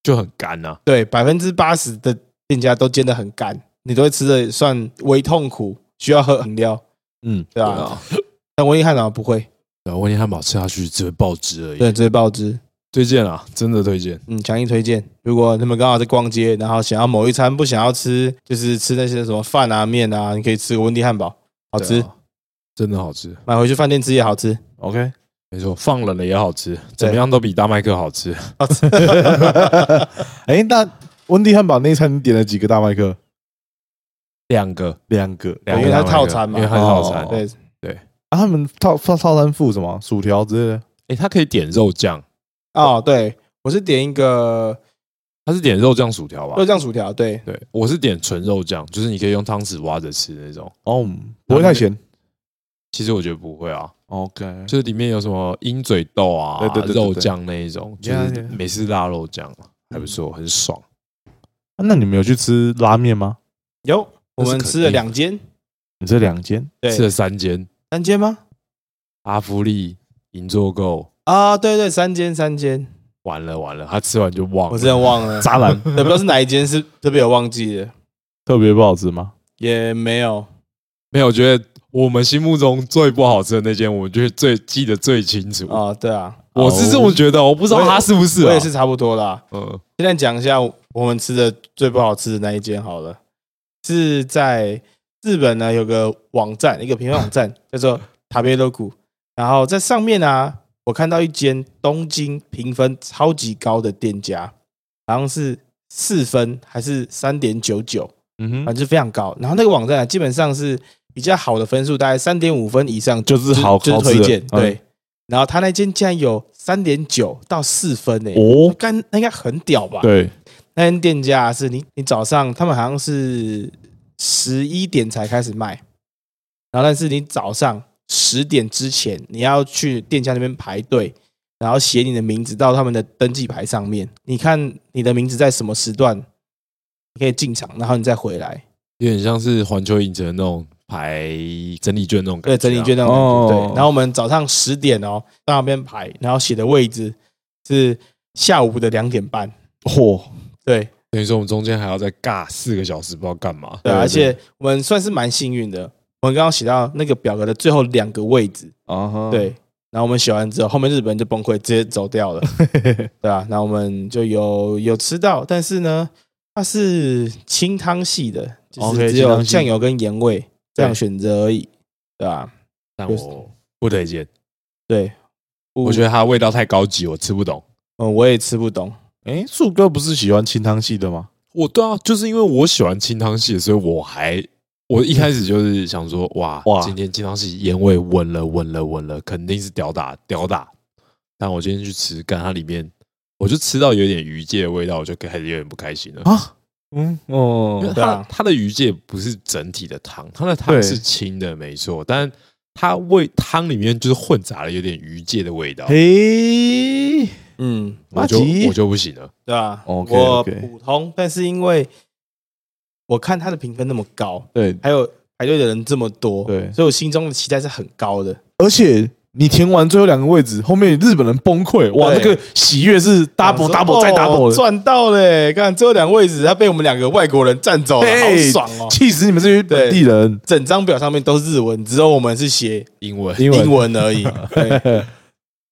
就很干啊呐。对百分之八十的店家都煎的很干，你都会吃的算微痛苦，需要喝饮料，嗯，对吧、啊？，但温一汉堡不会，对啊，温尼汉堡吃下去只会爆汁而已。对，直接爆汁。推荐啊，真的推荐。嗯，强力推荐。如果你们刚好在逛街，然后想要某一餐不想要吃，就是吃那些什么饭啊、面啊，你可以吃个温蒂汉堡，好吃，对啊，真的好吃，买回去饭店吃也好吃。 OK，没错，放冷了也好吃，怎么样都比大麦克好吃。 哎，那温蒂汉堡那一餐你点了几个大麦克？两个，两个，两个因为它大麦克套餐嘛因为它套餐哦。对，啊，他们套套套餐附什么薯条之类的？哎，它可以点肉酱，哦，对，我是点一个它是点肉酱薯条吧肉？酱薯条，对，对，我是点纯肉酱，就是你可以用汤匙挖着吃那种。哦，嗯不会太咸。其实我觉得不会啊， OK，就是里面有什么鹰嘴豆啊、对对对对对肉酱那一种，就 Yeah, 是美式辣肉酱啊，还不错，很爽。那你们有去吃拉面吗？有，我那是们肯吃了定两间，你这两间对吃，了三间，三间吗？阿芙利、银座购，啊，对对，三间三间，完了完了，他吃完就忘我了。真的忘 了，渣男也不知道是哪一间，是特别有忘记的，特别不好吃吗？也没有。没有，我觉得我们心目中最不好吃的那间，我们就最记得最清楚。哦，对啊，我是这么觉得，我不知道他是不是、啊。我也是，差不多啦。嗯，现在讲一下我们吃的最不好吃的那一间好了，是在日本呢有个网站，一个评分 网站叫做塔贝洛谷，然后在上面啊，我看到一间东京评分超级高的店家，好像是四分还是三点九九，嗯反，正非常高。然后那个网站啊，基本上是比较好的分数，大概三点五分以上就是好就是好吃的推荐。嗯对，然后他那间竟然有三点九到四分呢、哦，干那应该很屌吧？对，那间店家是你你早上他们好像是十一点才开始卖，然后但是你早上十点之前你要去店家那边排队，然后写你的名字到他们的登记牌上面，你看你的名字在什么时段，你可以进场，然后你再回来。有点像是环球影城那种排整理券那种感觉、对，啊。整理券那种感觉。哦对，然后我们早上十点哦到那边排，然后写的位置是下午的两点半。嚯，对，等于说我们中间还要再尬四个小时，不知道干嘛。对对，而且我们算是蛮幸运的，我们刚刚写到那个表格的最后两个位置，啊哈，对，然后我们写完之后，后面日本人就崩溃，直接 走掉了，对啊，那我们就有有吃到，但是呢，它是清汤系的，就 OK，是只清有汤系酱油跟盐味这样选择而已，对吧、但就是我不推荐，对，我觉得它的味道太高级，我吃不懂。嗯，我也吃不懂，哎，树哥不是喜欢清汤系的吗？我对啊，就是因为我喜欢清汤系，所以我还我一开始就是想说，哇哇今天清汤系烟味稳了，稳了，稳了，肯定是屌打屌打。但我今天去吃，干它里面，我就吃到有点鱼介的味道，我就开始有点不开心了。啊，嗯，哦因为对它、 啊它的鱼介不是整体的汤，它的汤对是清的，没错，但它味汤里面就是混杂了有点鱼介的味道，嘿，嗯，我就麻吉我就不行了。对吧、我 OK，OK 普通，但是因为我看它的评分那么高，对，还有排队的人这么多，对所以我心中的期待是很高的。而且你填完最后两个位置，后面日本人崩溃，哇，那对个喜悦是 double 我说 double 再哦 double 的，赚到嘞！看最后两个位置，他被我们两个外国人占走了，好嘿爽 哦！气死你们这些本地人！整张表上面都是日文，只有我们是写英文英文英文 而已。对，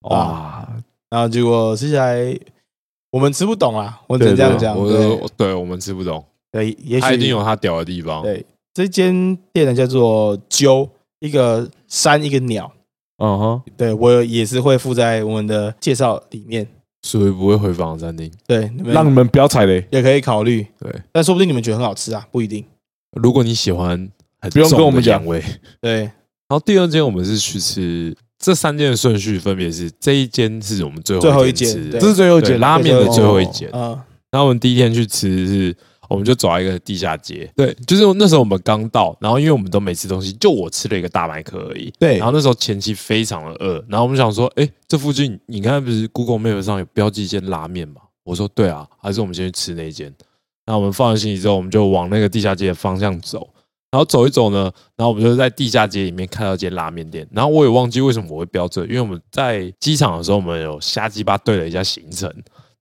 哇，然后结果吃起来我们吃不懂啊，我只对能这样对讲。我对我对我们吃不懂，对，也它许一定有它屌的地方。对这间店呢叫做鸠，一个山一个鸟。嗯哼，对我也是会附在我们的介绍里面。所以不会回访的餐厅。对，你让们你们不要踩雷，也可以考虑，对，但说不定你们觉得很好吃啊，不一定。如果你喜欢很不用跟重我们的讲羊味。然对，后第二间我们是去吃这三间的顺序分别是这一间是我们最后最后一一间间吃对的这是最后一对间拉面的最后一节，间。嗯，然后我们第一天去吃是，我们就走到一个地下街，对，就是那时候我们刚到，然后因为我们都没吃东西，就我吃了一个大麦克而已。对然后那时候前期非常的饿，然后我们想说，哎，这附近你看不是 Google Map 上有标记一间拉面吗？我说对啊，还是我们先去吃那间。那我们放了行李之后，我们就往那个地下街的方向走。然后走一走呢，然后我们就在地下街里面看到一间拉面店。然后我也忘记为什么我会标这，因为我们在机场的时候，我们有瞎鸡巴对了一下行程，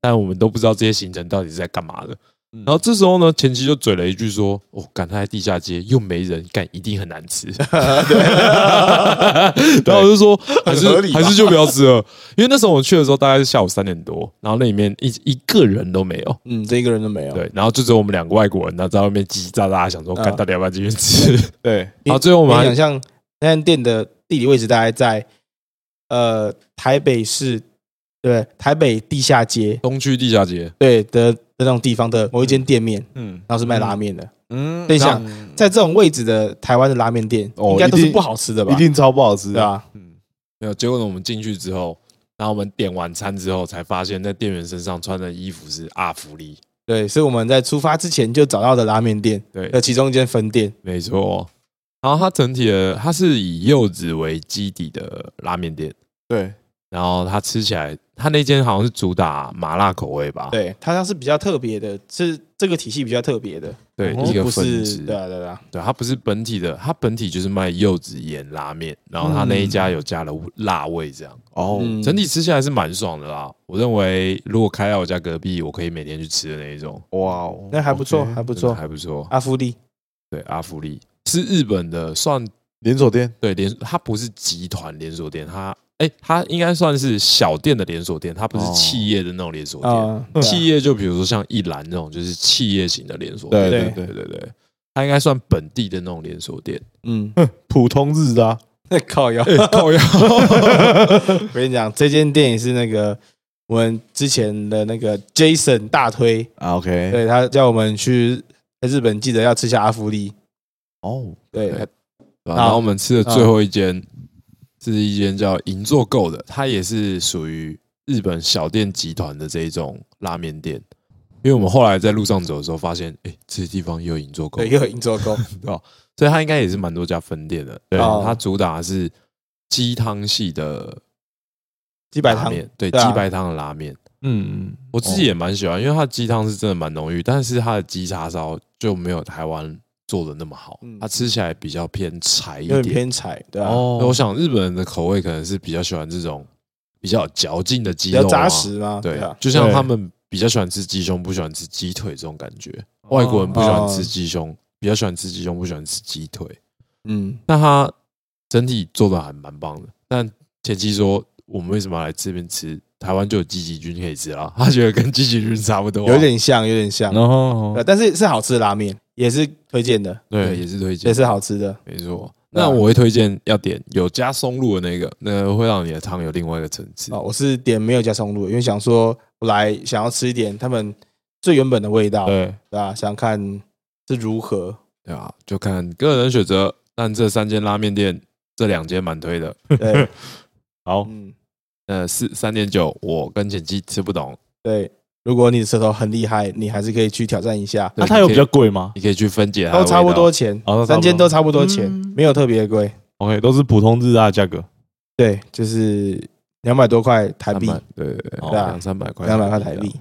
但我们都不知道这些行程到底是在干嘛的。嗯然后这时候呢，前期就嘴了一句说：“哦，赶他在地下街又没人，干一定很难吃。” 然后我就说：“还很合是理吧还是就不要吃了，因为那时候我去的时候大概是下午三点多，然后那里面一一个人都没有。”嗯，这一个人都没有。对，然后就只有我们两个外国人，然后在外面叽叽喳喳，想说嗯看到底要不要进去吃。对，然后最后我我们们还想象那间店的地理位置大概在呃台北市对台北地下街东区地下街，对的的那种地方的某一间店面，嗯然后是卖拉面的。嗯对像在这种位置的台湾的拉面店，哦应该都一是定不好吃的吧一？定超不好吃对，啊吧？没有。结果呢，我们进去之后，然后我们点完餐之后，才发现那店员身上穿的衣服是阿芙丽。对，所以我们在出发之前就找到的拉面店对，的其中一间分店，没错。然后它整体的，它是以柚子为基底的拉面店，对，然后它吃起来，它那间好像是主打麻辣口味吧？对，它像是比较特别的，是这个体系比较特别的，对，哦一个不分是支。对啊对啊，对，它不是本体的，它本体就是卖柚子盐拉面，然后它那一家有加了辣味这样。哦嗯整体吃下来是蛮爽的啦。我认为如果开在我家隔壁，我可以每天去吃的那一种，哇哦，那还不错， OK，还不不错。还不错。阿芙丽，对，阿芙丽是日本的，算连锁店对连，它不是集团连锁店，它哎、它应该算是小店的连锁店，它不是哦企业的那种连锁店。啊，对啊企业就比如说像一兰那种，就是企业型的连锁店。对对对对对，它应该算本地的那种连锁店。 嗯，普通日的啊，靠腰。哎靠呀！ 我跟你讲，这间店也是那个我们之前的那个 Jason 大推，啊哎 OK，对他叫我们去日本，记得要吃下阿芙丽。哦，对，对对啊好然后我们吃的最后一间是一间叫银座购的，它也是属于日本小店集团的这一种拉面店。因为我们后来在路上走的时候，发现哎、诶这地方也有银座购对，，又有银座 沟，啊所以它应该也是蛮多家分店的。对，哦它主打的是鸡汤系的鸡白拉汤，面，对，对啊哦鸡白汤的拉面。嗯，我自己也蛮喜欢，因为它的鸡汤是真的蛮浓郁，但是它的鸡叉烧就没有台湾做的那么好嗯，它吃起来比较偏柴一有点，点偏柴，对吧？啊哦那我想日本人的口味可能是比较喜欢这种比较有嚼劲的鸡比肉、啊，较扎实嘛，对啊，，就像对他们比较喜欢吃鸡胸，不喜欢吃鸡腿这种感觉。哦外国人不喜欢吃鸡胸，比较喜欢吃鸡胸，不喜欢吃鸡腿。嗯，那它整体做的还蛮棒的。但前期说我们为什么要来这边吃？台湾就有鸡鸡菌可以吃啦， 他觉得跟鸡鸡菌差不多啊、有点像，有点像，然后哦对但是是好吃的拉面，也是推荐的，对，也是推荐也，是好吃的。没错。那那我会推荐要点有加松露的那个，那个会让你的汤有另外一个层次哦，。我是点没有加松露，因为想说我来想要吃一点他们最原本的味道，对，对吧？想看是如 何。对啊，就看个人选择。但这三间拉面店，这两间蛮推的。对，哦好，嗯，呃，四三点九，我跟简七吃不懂。对。如果你的舌头很厉害，你还是可以去挑战一下，那啊对它有比你可以较贵吗你可以去分解它都的啊味道，差不多钱哦都差不多，三间都差不多钱嗯，没有特别贵。 ？OK，都是普通日的价格，对，就是两百多块台三币，百，对对对，哦哦对啊两三百块，两百块台币。。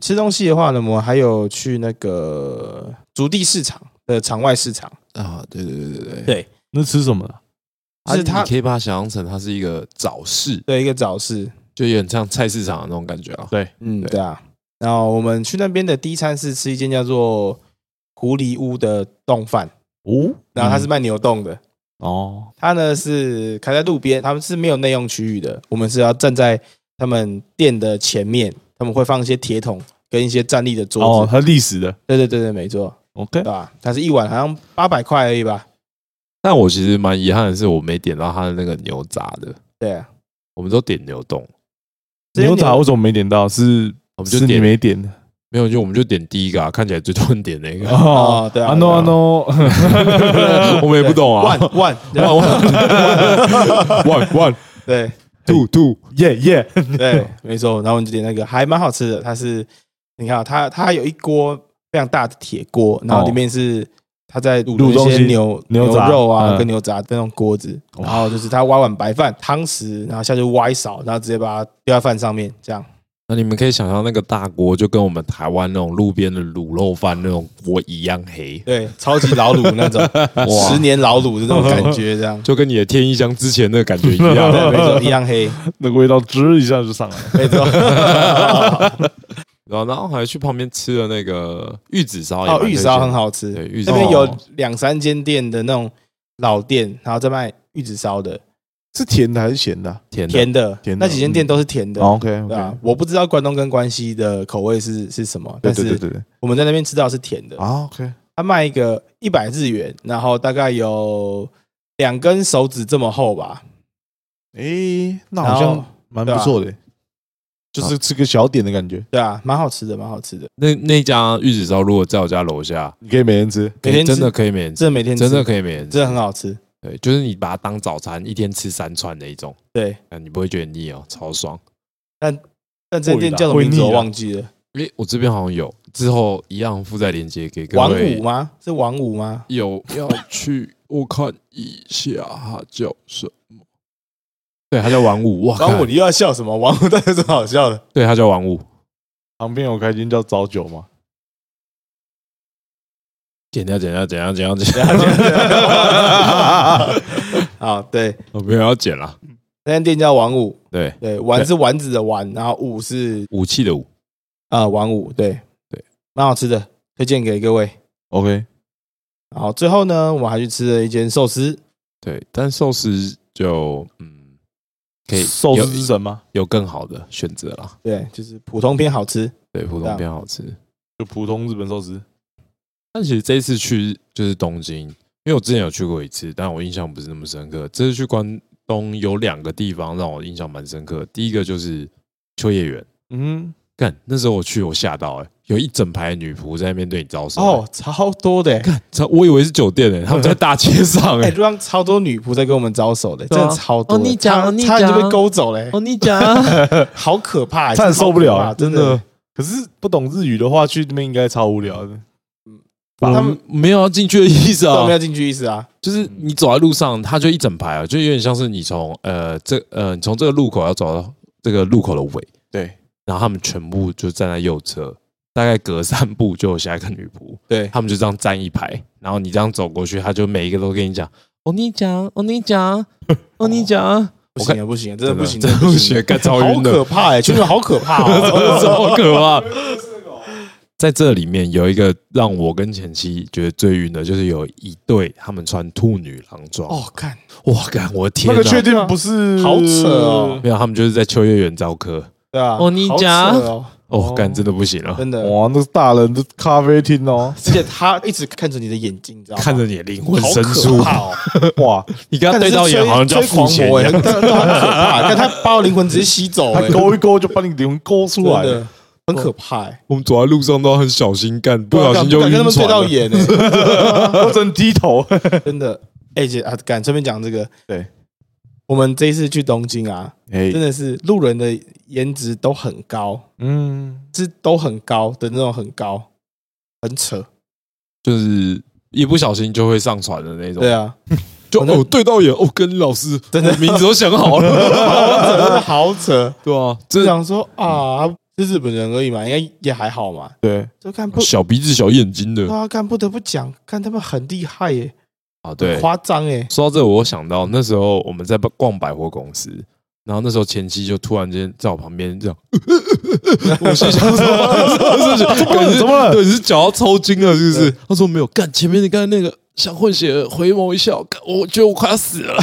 吃东西的话呢，我们还有去那个竹地市场的场外市场，啊，对对对对对。对，那吃什么的？是它，它啊你可以把它想象成它是一个早市，的一个早市，就有点像菜市场的那种感觉啊。嗯，对对啊。然后我们去那边的第一餐是吃一间叫做狐狸屋的冻饭，哦，然后它是卖牛冻的，哦，它呢是开在路边，他们是没有内用区域的，我们是要站在他们店的前面，他们会放一些铁桶跟一些站立的桌哦，子，它历史的对对对对，没错， ，OK，对吧？它是一碗好像八百块而已吧？但我其实蛮遗憾的是，我没点到它的那个牛杂的，对啊，我们都点牛冻，这些牛杂为什么没点到？是我们就是你点没点的没有，就我们就点第一个啊，看起来最多人点那 个，哦哦，对啊 啊 no 啊 no， 我们也不懂啊万，万万万万万，对兔兔耶耶，对，没错。然后我们就点那个，还蛮好吃的。它是你看啊，它它有一锅非常大的铁锅，然后里面是它在卤卤东一西些牛牛牛杂肉啊嗯跟牛杂的那种锅子，哇然后就是它挖碗白饭汤匙，然后下去挖一勺，然后直接把它丢在饭上面，这样。那你们可以想象那个大锅就跟我们台湾那种路边的卤肉饭那种锅一样黑，对，超级老卤那种，十年老卤的那种感觉，这样。就跟你的天一香之前那个感觉 一样。对，没错，一样黑， 那个味道吱一下就上来了。没错。 哦然后，然后还去旁边吃了那个玉子烧，也蛮哦，推玉荐烧很。好吃，对，玉那烧边有两三间店的那种老店，然后在卖玉子烧的，是甜的还是咸的啊甜的甜的，甜的哦那几间店都是甜的。 ？OK，对啊，我不知道关东跟关西的口味是是什么，对但对是对对我们在那边吃到是甜的对。啊，OK，他卖一个一百日元，然后大概有两根手指这么厚吧，诶，那然好后像蛮不错的，欸就是吃个小点的感觉，对啊，蛮好吃的，蛮好吃的，哎那那家玉子烧，如果在我家楼下，你可以每天吃。每天可以真吃的可以每天吃，真的每天吃真的可以每天吃真，的很好吃。对，就是你把它当早餐，一天吃三串的一种，对，啊，你不会觉得腻哦，超爽。但这间店会啦叫什么名字会腻我啊忘记了，诶，我这边好像有，之后一样附在链接给各王位五。吗？是王五吗？有要去，我看一下他叫什么？对，他叫王五，哇，王五，看你又要笑什么？王五到底有什么好 笑的？ 对，他叫王五。旁边有开间叫早酒嘛，剪掉，剪掉，剪掉，剪掉，剪掉，啊，对， 我没有要剪了。那间店叫王五，对，对，丸对是丸子的丸，然后五是武器的武，啊、呃王五，对对，蛮好吃的，推荐给各位。 OK，然后最后呢，我们还去吃了一间寿司，对，但寿司就嗯，可以寿有司之神吗？有更好的选择啦。对，就是普通偏好吃，对，普这通样偏好吃。就普通日本寿司。但其实这一次去就是东京，因为我之前有去过一次，但我印象不是那么深刻。这次去关东有两个地方让我印象蛮深刻，第一个就是秋叶原。嗯，干，那时候我去，我吓到哎、欸，有一整排女仆在那边对你招手、欸。哦，超多的、欸，这我以为是酒店哎、欸，他们在大街上哎、哎、欸。路上超多女仆在跟我们招手的、对啊真的超多哦的、你讲差你差点就被讲勾走嘞、哦，你讲、好可怕、欸，差点受不了超可怕啊，真真的的。。可是不懂日语的话，去那边应该超无聊的。他们没有要进去的意思我啊们，要进去意思啊，就是你走在路上，他就一整排啊，就有点像是你从呃这呃你从这个路口要走到这个路口的尾，对，然后他们全部就站在右侧，大概隔三步就有下一个女仆，对，他们就这样站一排，然后你这样走过去，他就每一个都跟你讲，哦你讲，哦你讲，哦你讲，不行啊，不行啊，真的不行，真的不行，干超好晕的可，怕哎，去那好可怕 哦，真的超可怕。在这里面有一个让我跟前妻觉得最晕的，就是有一对他们穿兔女郎装，哦，看哇，干我的天那哪！个确定不是好扯哦，没有，他们就是在秋叶原招客。对啊，哦你好扯讲哦，哦哦，干真的不行了，真的，，哇，那是大人的咖啡厅 哦而且他一直看着你的眼睛，你知道吗？看着你的灵魂啊好深可处，怕 哦，哇，你跟他看着对是到眼，吹好像就要吹付狂钱魔一哎，样。真的很可怕，但他把我灵魂直接吸 走他哎，勾一勾就把你灵魂勾出来真了的。很可怕哎，我们走在路上都很小心，干哦不小心不就敢跟他晕们对啊船到了。眼哎，我只能低头。真 的，哎姐啊，敢这边讲这个，对。我们这一次去东京啊，哎真的是路人的颜值都很高，嗯，是都很高的那种，很高，很扯。就是一不小心就会上船的那种对。 啊，就我那哦，对到眼哦，跟老师真的我名字都想 好了，好扯，真的好扯。对啊，就这想说啊，是日本人而已嘛，应该也还好嘛。对，就看 不小鼻子小眼睛的啊，看不得不讲，看他们很厉害耶，啊，很对，夸张 耶。说到这，我想到那时候我们在逛百货公司，然后那时候前妻就突然间在我旁边这样，我心 想说， 感觉怎么了对，你是脚要抽筋了是不是？他说没有，干前面你刚才那个像混血儿回眸一笑，干我觉得我快要死了。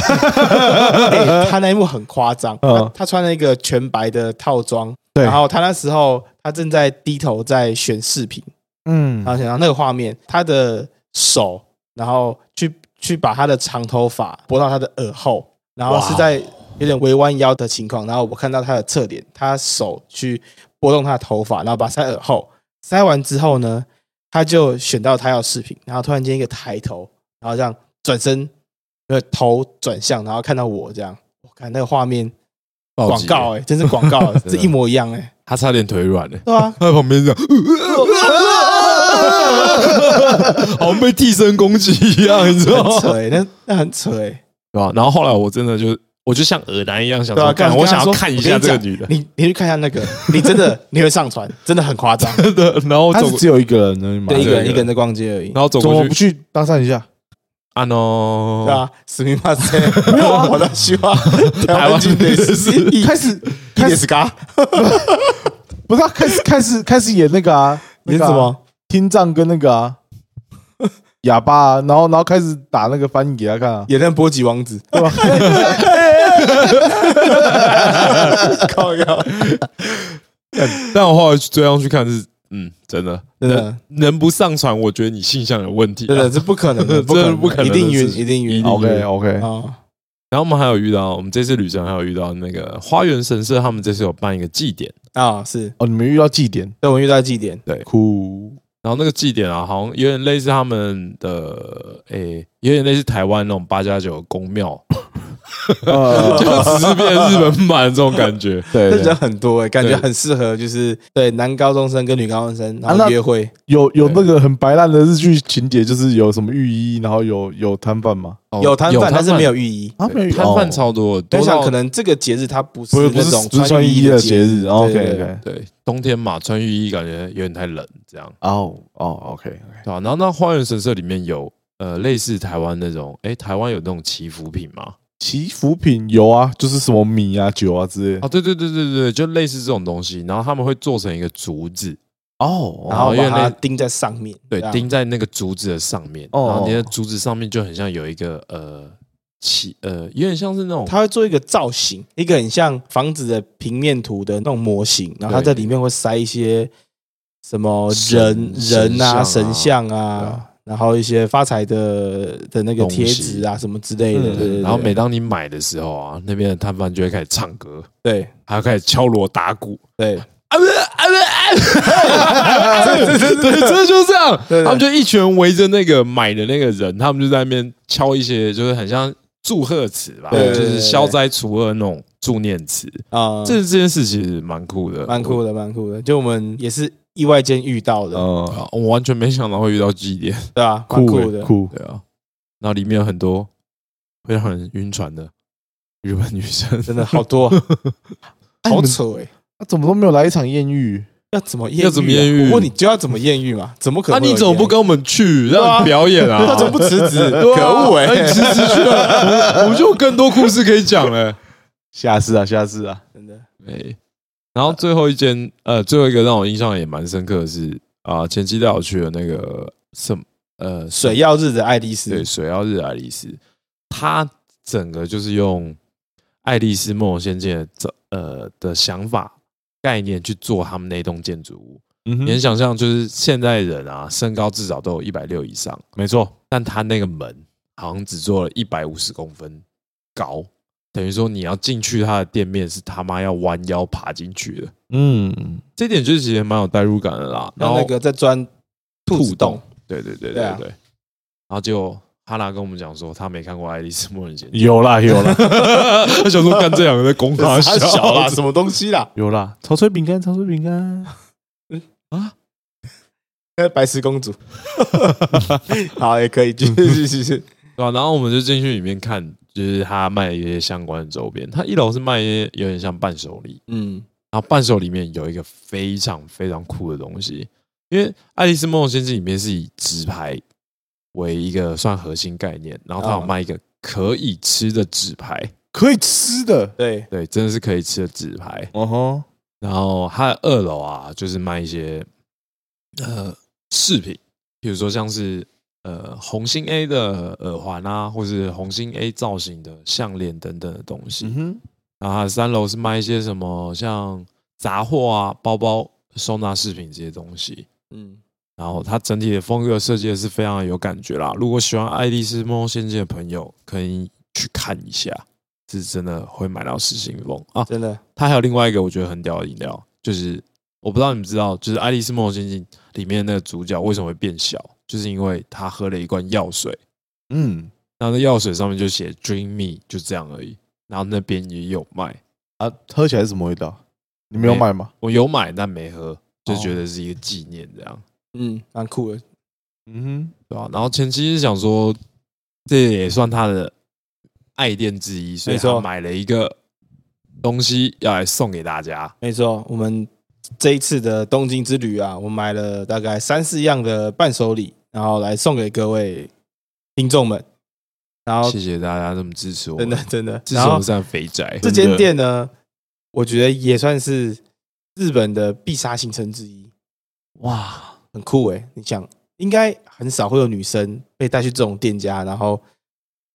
哎他那一幕很夸张，嗯他他穿了一个全白的套装，对然后他那时候他正在低头在选饰品，嗯然后想到那个画面，他的手，然后去去把他的长头发拨到他的耳后，然后哇是在有点微弯腰的情况，然后我看到他的侧脸，他手去拨动他的头发，然后把塞耳后，塞完之后呢，他就选到他要饰品，然后突然间一个抬头，然后这样转身，呃，头转向，然后看到我这样，我看那个画面暴广击告，哎，真是广 告，的这一模一样，哎，他差点腿软欸了，对啊， 他在旁边这样，呃好像被替身攻击一样，你知道很吗？扯哎，那那很扯哎， 对啊吧？然后后来我真的就，我就像耳男一样，想对啊，说，干干，跟我他想要说看一我下跟你这个讲女的， 你你去看一下那个，你真 的你会上船，真的很夸张，真的。然后他是走，只有一个人而已嘛，对，一个人对一个人在逛街而已，嗯然后走怎么过不去，去搭讪一下？啊 no，对啊，死命 骂谁？没有啊，我的希望 台台湾湾军队是一开始一开点始是嘎，不是啊开始开始开始 演那个啊，你那个怎啊么？听障跟那个 啊哑巴啊，然后然后开始打那个翻译给他看 啊，也认波吉王子，对吧？ 靠腰， 但但我后来去追上去看是，嗯，真的，真的能能不上传，我觉得你性向有问题 啊、真的这不可能的，这能，不可能一的定晕，事情一定一晕定。 OK OK，啊！然后我们还有遇到，我们这次旅程还有遇到那个花园神社，他们这次有办一个祭典，啊，是，哦，你们遇到祭典，对，我们遇到祭典， 酷，然后那个祭典啊，好像有点类似他们的，诶、有点类似台湾那种八加九公庙，呃就， 只是变日本版这种感觉。对这对人对，很多哎，感觉对很适合，就是对男高中生跟女高中生，然啊后那约会，有有那个很白烂的日剧情节，就是有什么御医，然后有有摊贩嘛，哦有摊贩，但是没有浴衣。啊对哦摊贩，超多，我多想到可能这个节日它不是不是不那是种不是穿浴浴衣衣的节节日对对，OK 对 OK，对冬天嘛，穿浴衣感觉有点太冷，这样哦哦 OK OK，对吧、然后那花园神社里面有呃类似台湾那种，诶、台湾有那种祈福品吗？祈福品有啊，就是什么米啊酒啊之类的哦，对对对对对，就类似这种东西，然后他们会做成一个竹子，哦然后因把为它那钉在上面，对这，样钉在那个竹子的上面，哦然后你的竹子上面就很像有一个呃起呃，有点像是那种它会做一个造型，一个很像房子的平面图的那种模型，然后它在对里面会塞一些什么神人人啊、神神像像啊，对啊然后一些发财的的那个东西贴纸啊什么之类的。嗯对对对然后每当你买的时候啊，那边的摊贩就会开始唱歌，对还要开始敲锣打鼓。对啊不是啊不是啊！ 对对对，真的就是这样。对对他们就一群人围着那个买的那个人，他们就在那边敲一些，就是很像祝贺词吧，对对就对是消灾除恶那种祝念词。啊，这这件事其实蛮酷的，蛮酷的，蛮酷的。就我们也是意外间遇到的，嗯，啊！我完全没想到会遇到祭典，对吧？蛮酷欸的，酷，对啊，然后里面有很多会让人晕船的日本女生，真的好多，哎你好们扯 哎。那怎么都没有来一场艳遇？要怎么艳遇啊？要怎么艳遇我问你就要怎么艳遇嘛？怎么可那能会有艳啊你遇？怎么不跟我们去对啊让你表演 啊？他怎么不辞职？可 对啊恶哎！那你辞职去 啊！我我就有更多故事可以讲了。下次啊，下次啊，真的哎，然后最后一间，呃，最后一个让我印象也蛮深刻的是啊、前期带我去的那个什么呃水曜日的爱丽丝对，水曜日爱丽丝，它整个就是用《爱丽丝梦游仙境》的这呃的想法概念去做他们那栋建筑物。嗯你能想象，就是现代人啊，身高至少都有一百六以上，没错，但他那个门好像只做了一百五十公分高，等于说你要进去他的店面是他妈要弯腰爬进去的。嗯，这点就是其实蛮有代入感的啦。然让后那个在钻兔子洞，对对对对对对啊对。然后结果哈娜跟我们讲说，她没看过《爱丽丝梦游仙境》， 有啦有 啦她想说干这两个在 攻 她小啦，小什么东西啦？有啦，潮吹饼干，潮吹饼干，那白石公主，好也可以，继续继续继续。对啊吧、然后我们就进去里面看，就是她卖一些相关的周边。她一楼是卖一些有点像伴手礼，嗯，然后伴手里面有一个非常非常酷的东西，因为《爱丽丝梦游仙境》里面是以直牌为一个算核心概念，然后它有啊卖一个可以吃的纸牌，可以吃的，对，对，真的是可以吃的纸牌。哦吼，然后它的二楼啊，就是卖一些呃饰品，比如说像是呃红心 A 的耳环啊，或是红心 A 造型的项链等等的东西。嗯哼，然后它的三楼是卖一些什么像杂货啊、包包、收纳饰品这些东西。嗯，然后它整体的风格设计的是非常有感觉啦。如果喜欢《爱丽丝梦游仙境》的朋友，可以去看一下，是真的会买到失心疯啊！真的它还有另外一个我觉得很屌的饮料，就是我不知道你们知道，就是《爱丽丝梦游仙境》里面那个主角为什么会变小，就是因为他喝了一罐药水，嗯，那那药水上面就写 “Dream Me”，就这样而已。然后那边也有卖，啊，喝起来是什么味道？你没有没买吗？我有买但没喝，就哦觉得是一个纪念这样，嗯，蛮酷的。嗯对吧、然后前期是想说，这也算他的爱店之一，所以没错他买了一个东西要来送给大家。没错，我们这一次的东京之旅啊，我买了大概三四样的伴手礼，然后来送给各位听众们。然后谢谢大家这么支持我真们，的真的，支持然我后们这样肥宅。这间店呢，我觉得也算是日本的必杀行程之一，哇，很酷诶、你想，应该很少会有女生被带去这种店家，然后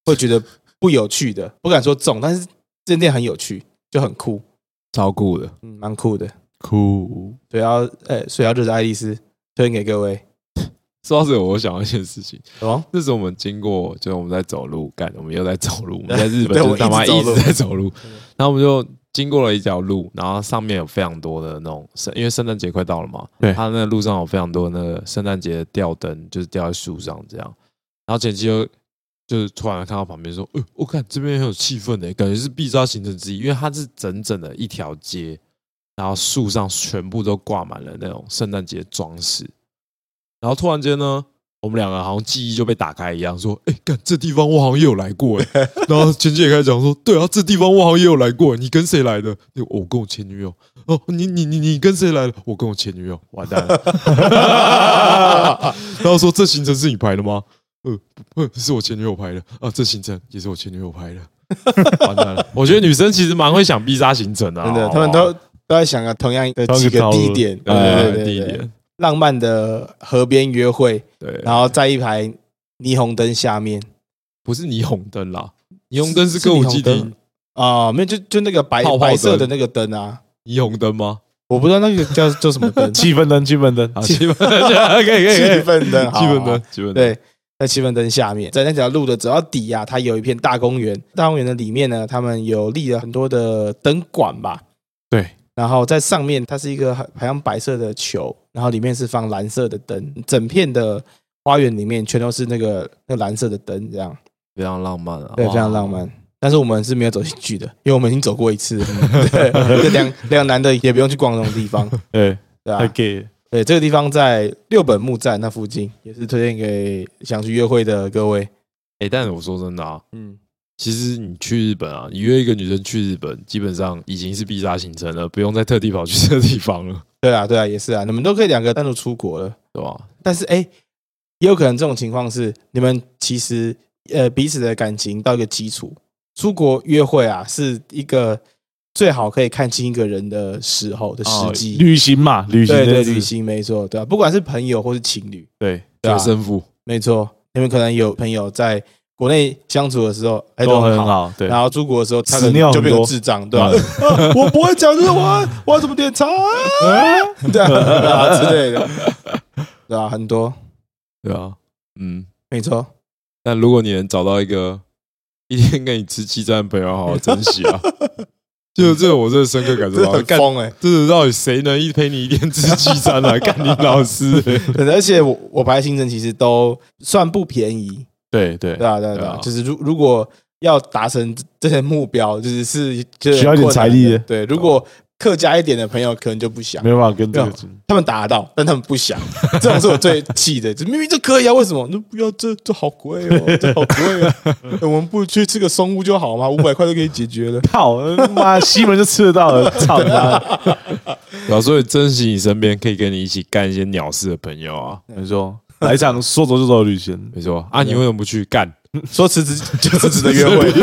会觉得不有趣的，不敢说重，但是这间店很有趣，就很酷，超酷的，嗯，蛮酷的。酷。所以要，呃、所以要热爱爱丽丝推荐给各位。说到这个，我想到一件事情。什么？那时候我们经过，就是我们在走路，干，我们又在走路，我们在日 本对就是他妈我们一直一走路直在走路，然后我们就经过了一条路，然后上面有非常多的那种圣，因为圣诞节快到了嘛，对它那个路上有非常多的那个圣诞节的吊灯，就是吊在树上这样，然后前期就就是突然看到旁边说，呃，我、看这边很有气氛欸的，感觉是必杀行程之一，因为它是整整的一条街，然后树上全部都挂满了那种圣诞节装饰，然后突然间呢。我们两个好像记忆就被打开一样，说：“哎、干这地方我好像也有来过哎。” 然后前姐也开始讲说：“对啊，这地方我好像也有来过，你跟谁来的？”就我跟我前女友。哦，你你你你跟谁来的？我跟我前女友。 完蛋了。然后说：“这行程是你排的吗？”呃，不，不是我前女友排的啊。这行程也是我前女友排的。 完蛋了。我觉得女生其实蛮会想必杀行程的、啊，真的，好他不们好都都在想啊，同样的同一几个个套路，地点，对呃对对地对对，点浪漫的河边约会，对，然后在一排霓虹灯下面不是霓虹灯啦，霓虹灯是歌舞伎是霓虹町灯啊，没有就就那个白泡泡灯白色的那个灯啊，霓虹灯吗？我不知道那个叫叫什么灯 气氛灯，气氛 灯，啊，气氛 可以可以气可以，氛灯，好气氛，好灯好，气氛灯，对。在气氛灯下面，在那条路的只要底啊，它有一片大公园。大公园的里面呢，他们有立了很多的灯管吧，对，然后在上面它是一个好像白色的球，然后里面是放蓝色的灯，整片的花园里面全都是那个那蓝色的灯，这样非常浪漫啊，对，哇非常浪。漫。但是我们是没有走进去的，因为我们已经走过一次了， 对，就两两难的也不用去逛那种地方，对，对太吧？ gay 了。对，这个地方在六本木站那附近，也是推荐给想去约会的各位。哎，但是我说真的啊，嗯，其实你去日本啊，你约一个女生去日本，基本上已经是必杀行程了，不用再特地跑去这个地方了，对啊，对啊，也是啊，你们都可以两个单独出国了。对吧？但是哎、诶也有可能这种情况是你们其实呃彼此的感情到一个基础，出国约会啊是一个最好可以看清一个人的时候的时哦机。旅行嘛，旅行对这对，件事旅行没错，对吧、啊不管是朋友或是情侣，对，对啊决胜负，没错，你们可能有朋友在国内相处的时候，哎、都很很，好，对。然后出国的时候，他可屎尿很能就变多成嗯智障，对吧、 我不会讲日文，我要怎么 点餐？对啊，对啊之类的，对啊，很多，对啊，嗯。没错。但如果你能找到一个一天跟你吃七餐的朋友，好好珍惜 啊！就这个，我真的深刻感受这到，很干，疯哎、这是到底谁能一陪你一天吃七餐 啊？干你老师，对而且我我排行程其实都算不便宜，对对对啊对啊对对啊啊，就是如如果要达成这些目标，就是是就是需要一点困难财力的的对，如果客家一点的朋友可能就不想没，办法跟这个对他们达得到，但他们不想， 这种是我最气的。就明明就可以啊，为什么？那不要这这好贵 哦，这好贵啊！我们不去吃个松屋就好吗？五百块就可以解决了。 靠，妈西门就吃得到了， 操你妈！对啊，所以珍惜你身边可以跟你一起干一些鸟事的朋友啊，没错，来一场说走就走的旅 行，没错啊，你为什么不去干？说辞职就辞职的约会，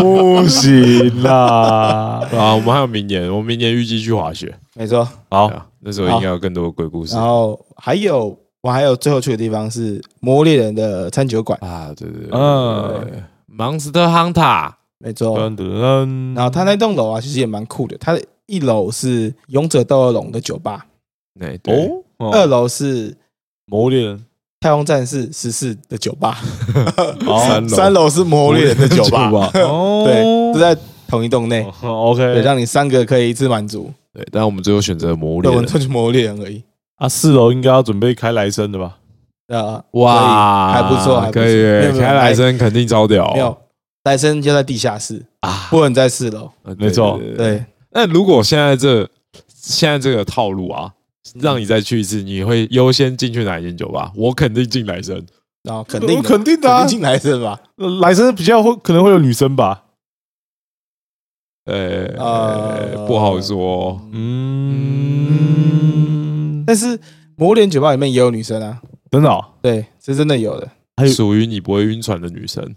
不行啦！啊，我们还有明年，我们明年预计去滑雪，没错。对好，啊，那时候应该有更多的鬼故事然后还有我还有最后去的地方是《魔物猎人》的餐酒馆，啊，对对对，嗯哦嗯，Monster Hunter，没错。噔噔然后它那栋楼啊，其实也蛮酷的。它的一楼是勇者斗恶龙的酒吧，哎，对，噔，二哦，楼是魔物猎人，太空战士十四的酒吧，哦 三楼是魔物猎人的 酒吧，哦，对，都在同一栋内，哦 o 对， k 让你三个可以一次满足。对，但我们最后选择魔物对，猎我们人，就去魔物猎人而已。啊，四楼应该要准备开来生的吧？啊，哇，还不错还不错可以没有没有耶，开来生肯定超屌，没有，男生要在地下室哦啊，不能在四楼。呃没错。对对对对，那如果现在这现在这个套路啊，让你再去一次，你会优先进去哪一间酒吧？我肯定进来生，然后肯定的肯定的啊肯定进来是 吧？来生比较会可能会有女生吧，呃，呃不好说。嗯，但是魔脸酒吧里面也有女生啊，真的哦对，是真的有 的。哎属于你不会晕船的女生，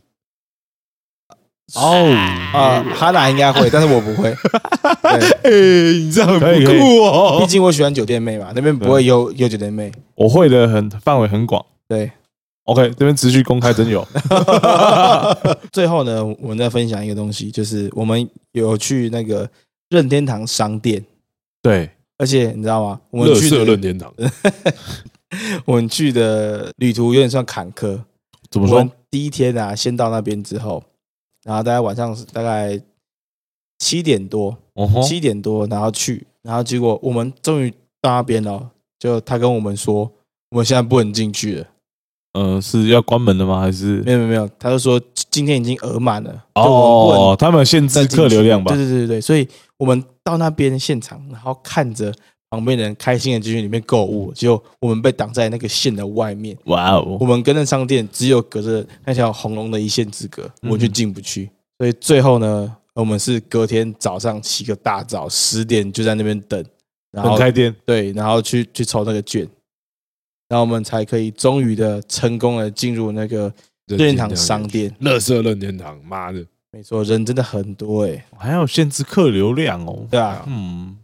哦啊，哈娜应该 会，但是我不会。对，哎、你这样很可以可以哦毕竟我喜欢酒店妹嘛，那边不会有有酒店妹。 我会的很范围很广。对， OK，这边持续公开真 有，最后呢，我们再分享一个东西，就是我们有去那个任天堂商店，对，而且你知道吗？我乐们去色的任天堂，我们去的旅途有点算坎坷。怎么我说们？第一天啊，先到那边之后，然后大概晚上是大概七点多，哦吼七点多，然后去，然后结果我们终于到那边了，就他跟我们说，我们现在不能进去了。嗯，是要关门的吗？还是没有没有没有，他就说今天已经额满了，就我们不能哦，他们有限再制进去客流量吧对？对对对对，所以我们到那边现场，然后看着旁边人开心的进去里面购物，结果我们被挡在那个线的外面。哇我哦，们跟那商店只有隔着那条红龙的一线之隔，嗯我就进不去。所以最后呢，我们是隔天早上起个大早，十点就在那边等，然很后开店，对，然后去去抽那个券，然后我们才可以终于的成功的进入那个任任天堂商，店。乐色任天堂，妈的，没错，人真的很多诶、还有限制客流量哦。对啊，嗯，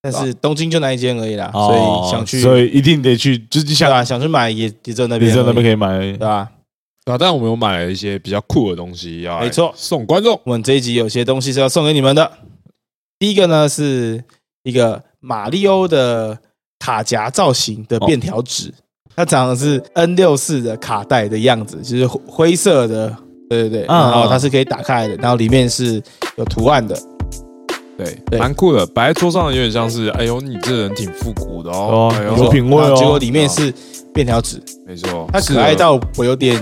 但是东京就那一间而已啦，啊所哦以想去，所以一定得去，就是对像啊，想去买也也只有那你边而已，在那边可以买对，吧？啊！但我们有买了一些比较酷的东西要来没错送观众。我们这一集有些东西是要送给你们的。第一个呢是一个马里欧的卡夹造型哦的便条纸，它长得是 N 六四的卡带的样子，就是灰灰色的，对对对，嗯然后它是可以打开的，然后里面是有图案的，对，对蛮酷的，摆在桌上有点像是，哎呦，你这人挺复古的哦哦，哎有呦，品味哦然后结果里面是便条纸，没错，它可爱到我有点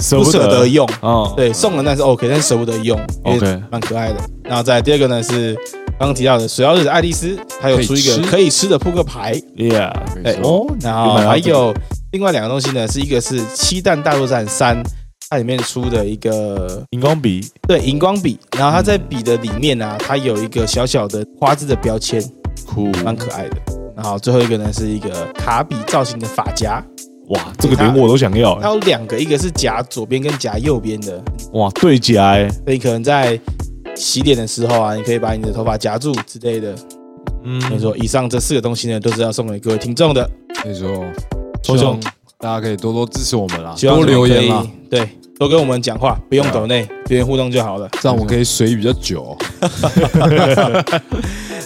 舍不舍得得。用。哦，对，送了那是 OK，但是舍不得用因 OK 为蛮可爱的。然后再来第二个呢是刚刚提到的水曜日的爱丽丝，它有出一可以个吃哎可以吃的扑克牌， ，Yeah，适合，对哎没错哦，然后还有另外两个东西呢，是一个是《七蛋大作战三》，它里面出的一个荧光笔，对荧光笔，然后它在笔的里面啊，它有一个小小的花枝的标签，酷，蛮可爱的。然后最后一个呢是一个卡比造型的发夹，哇，这个连我都想要哦它，有两个，一个是夹左边跟夹右边的，哇，对夹欸，所以可能在洗脸的时候啊，你可以把你的头发夹住之类的。嗯，所以说，以上这四个东西呢，都是要送给各位听众的，啊没错，抽中希望大家可以多多支持我们啦，希望多你们留可言以啦，，对，多跟我们讲话，不用对啊抖内，留言互动就好了。这样我可以水比较久。哦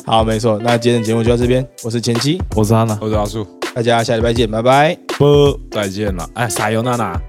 好，没错，那今天的节目就到这边，我是前妻，我是安娜，我是阿树，大家下礼拜见，拜拜。啵。再见了，哎，撒尤娜娜。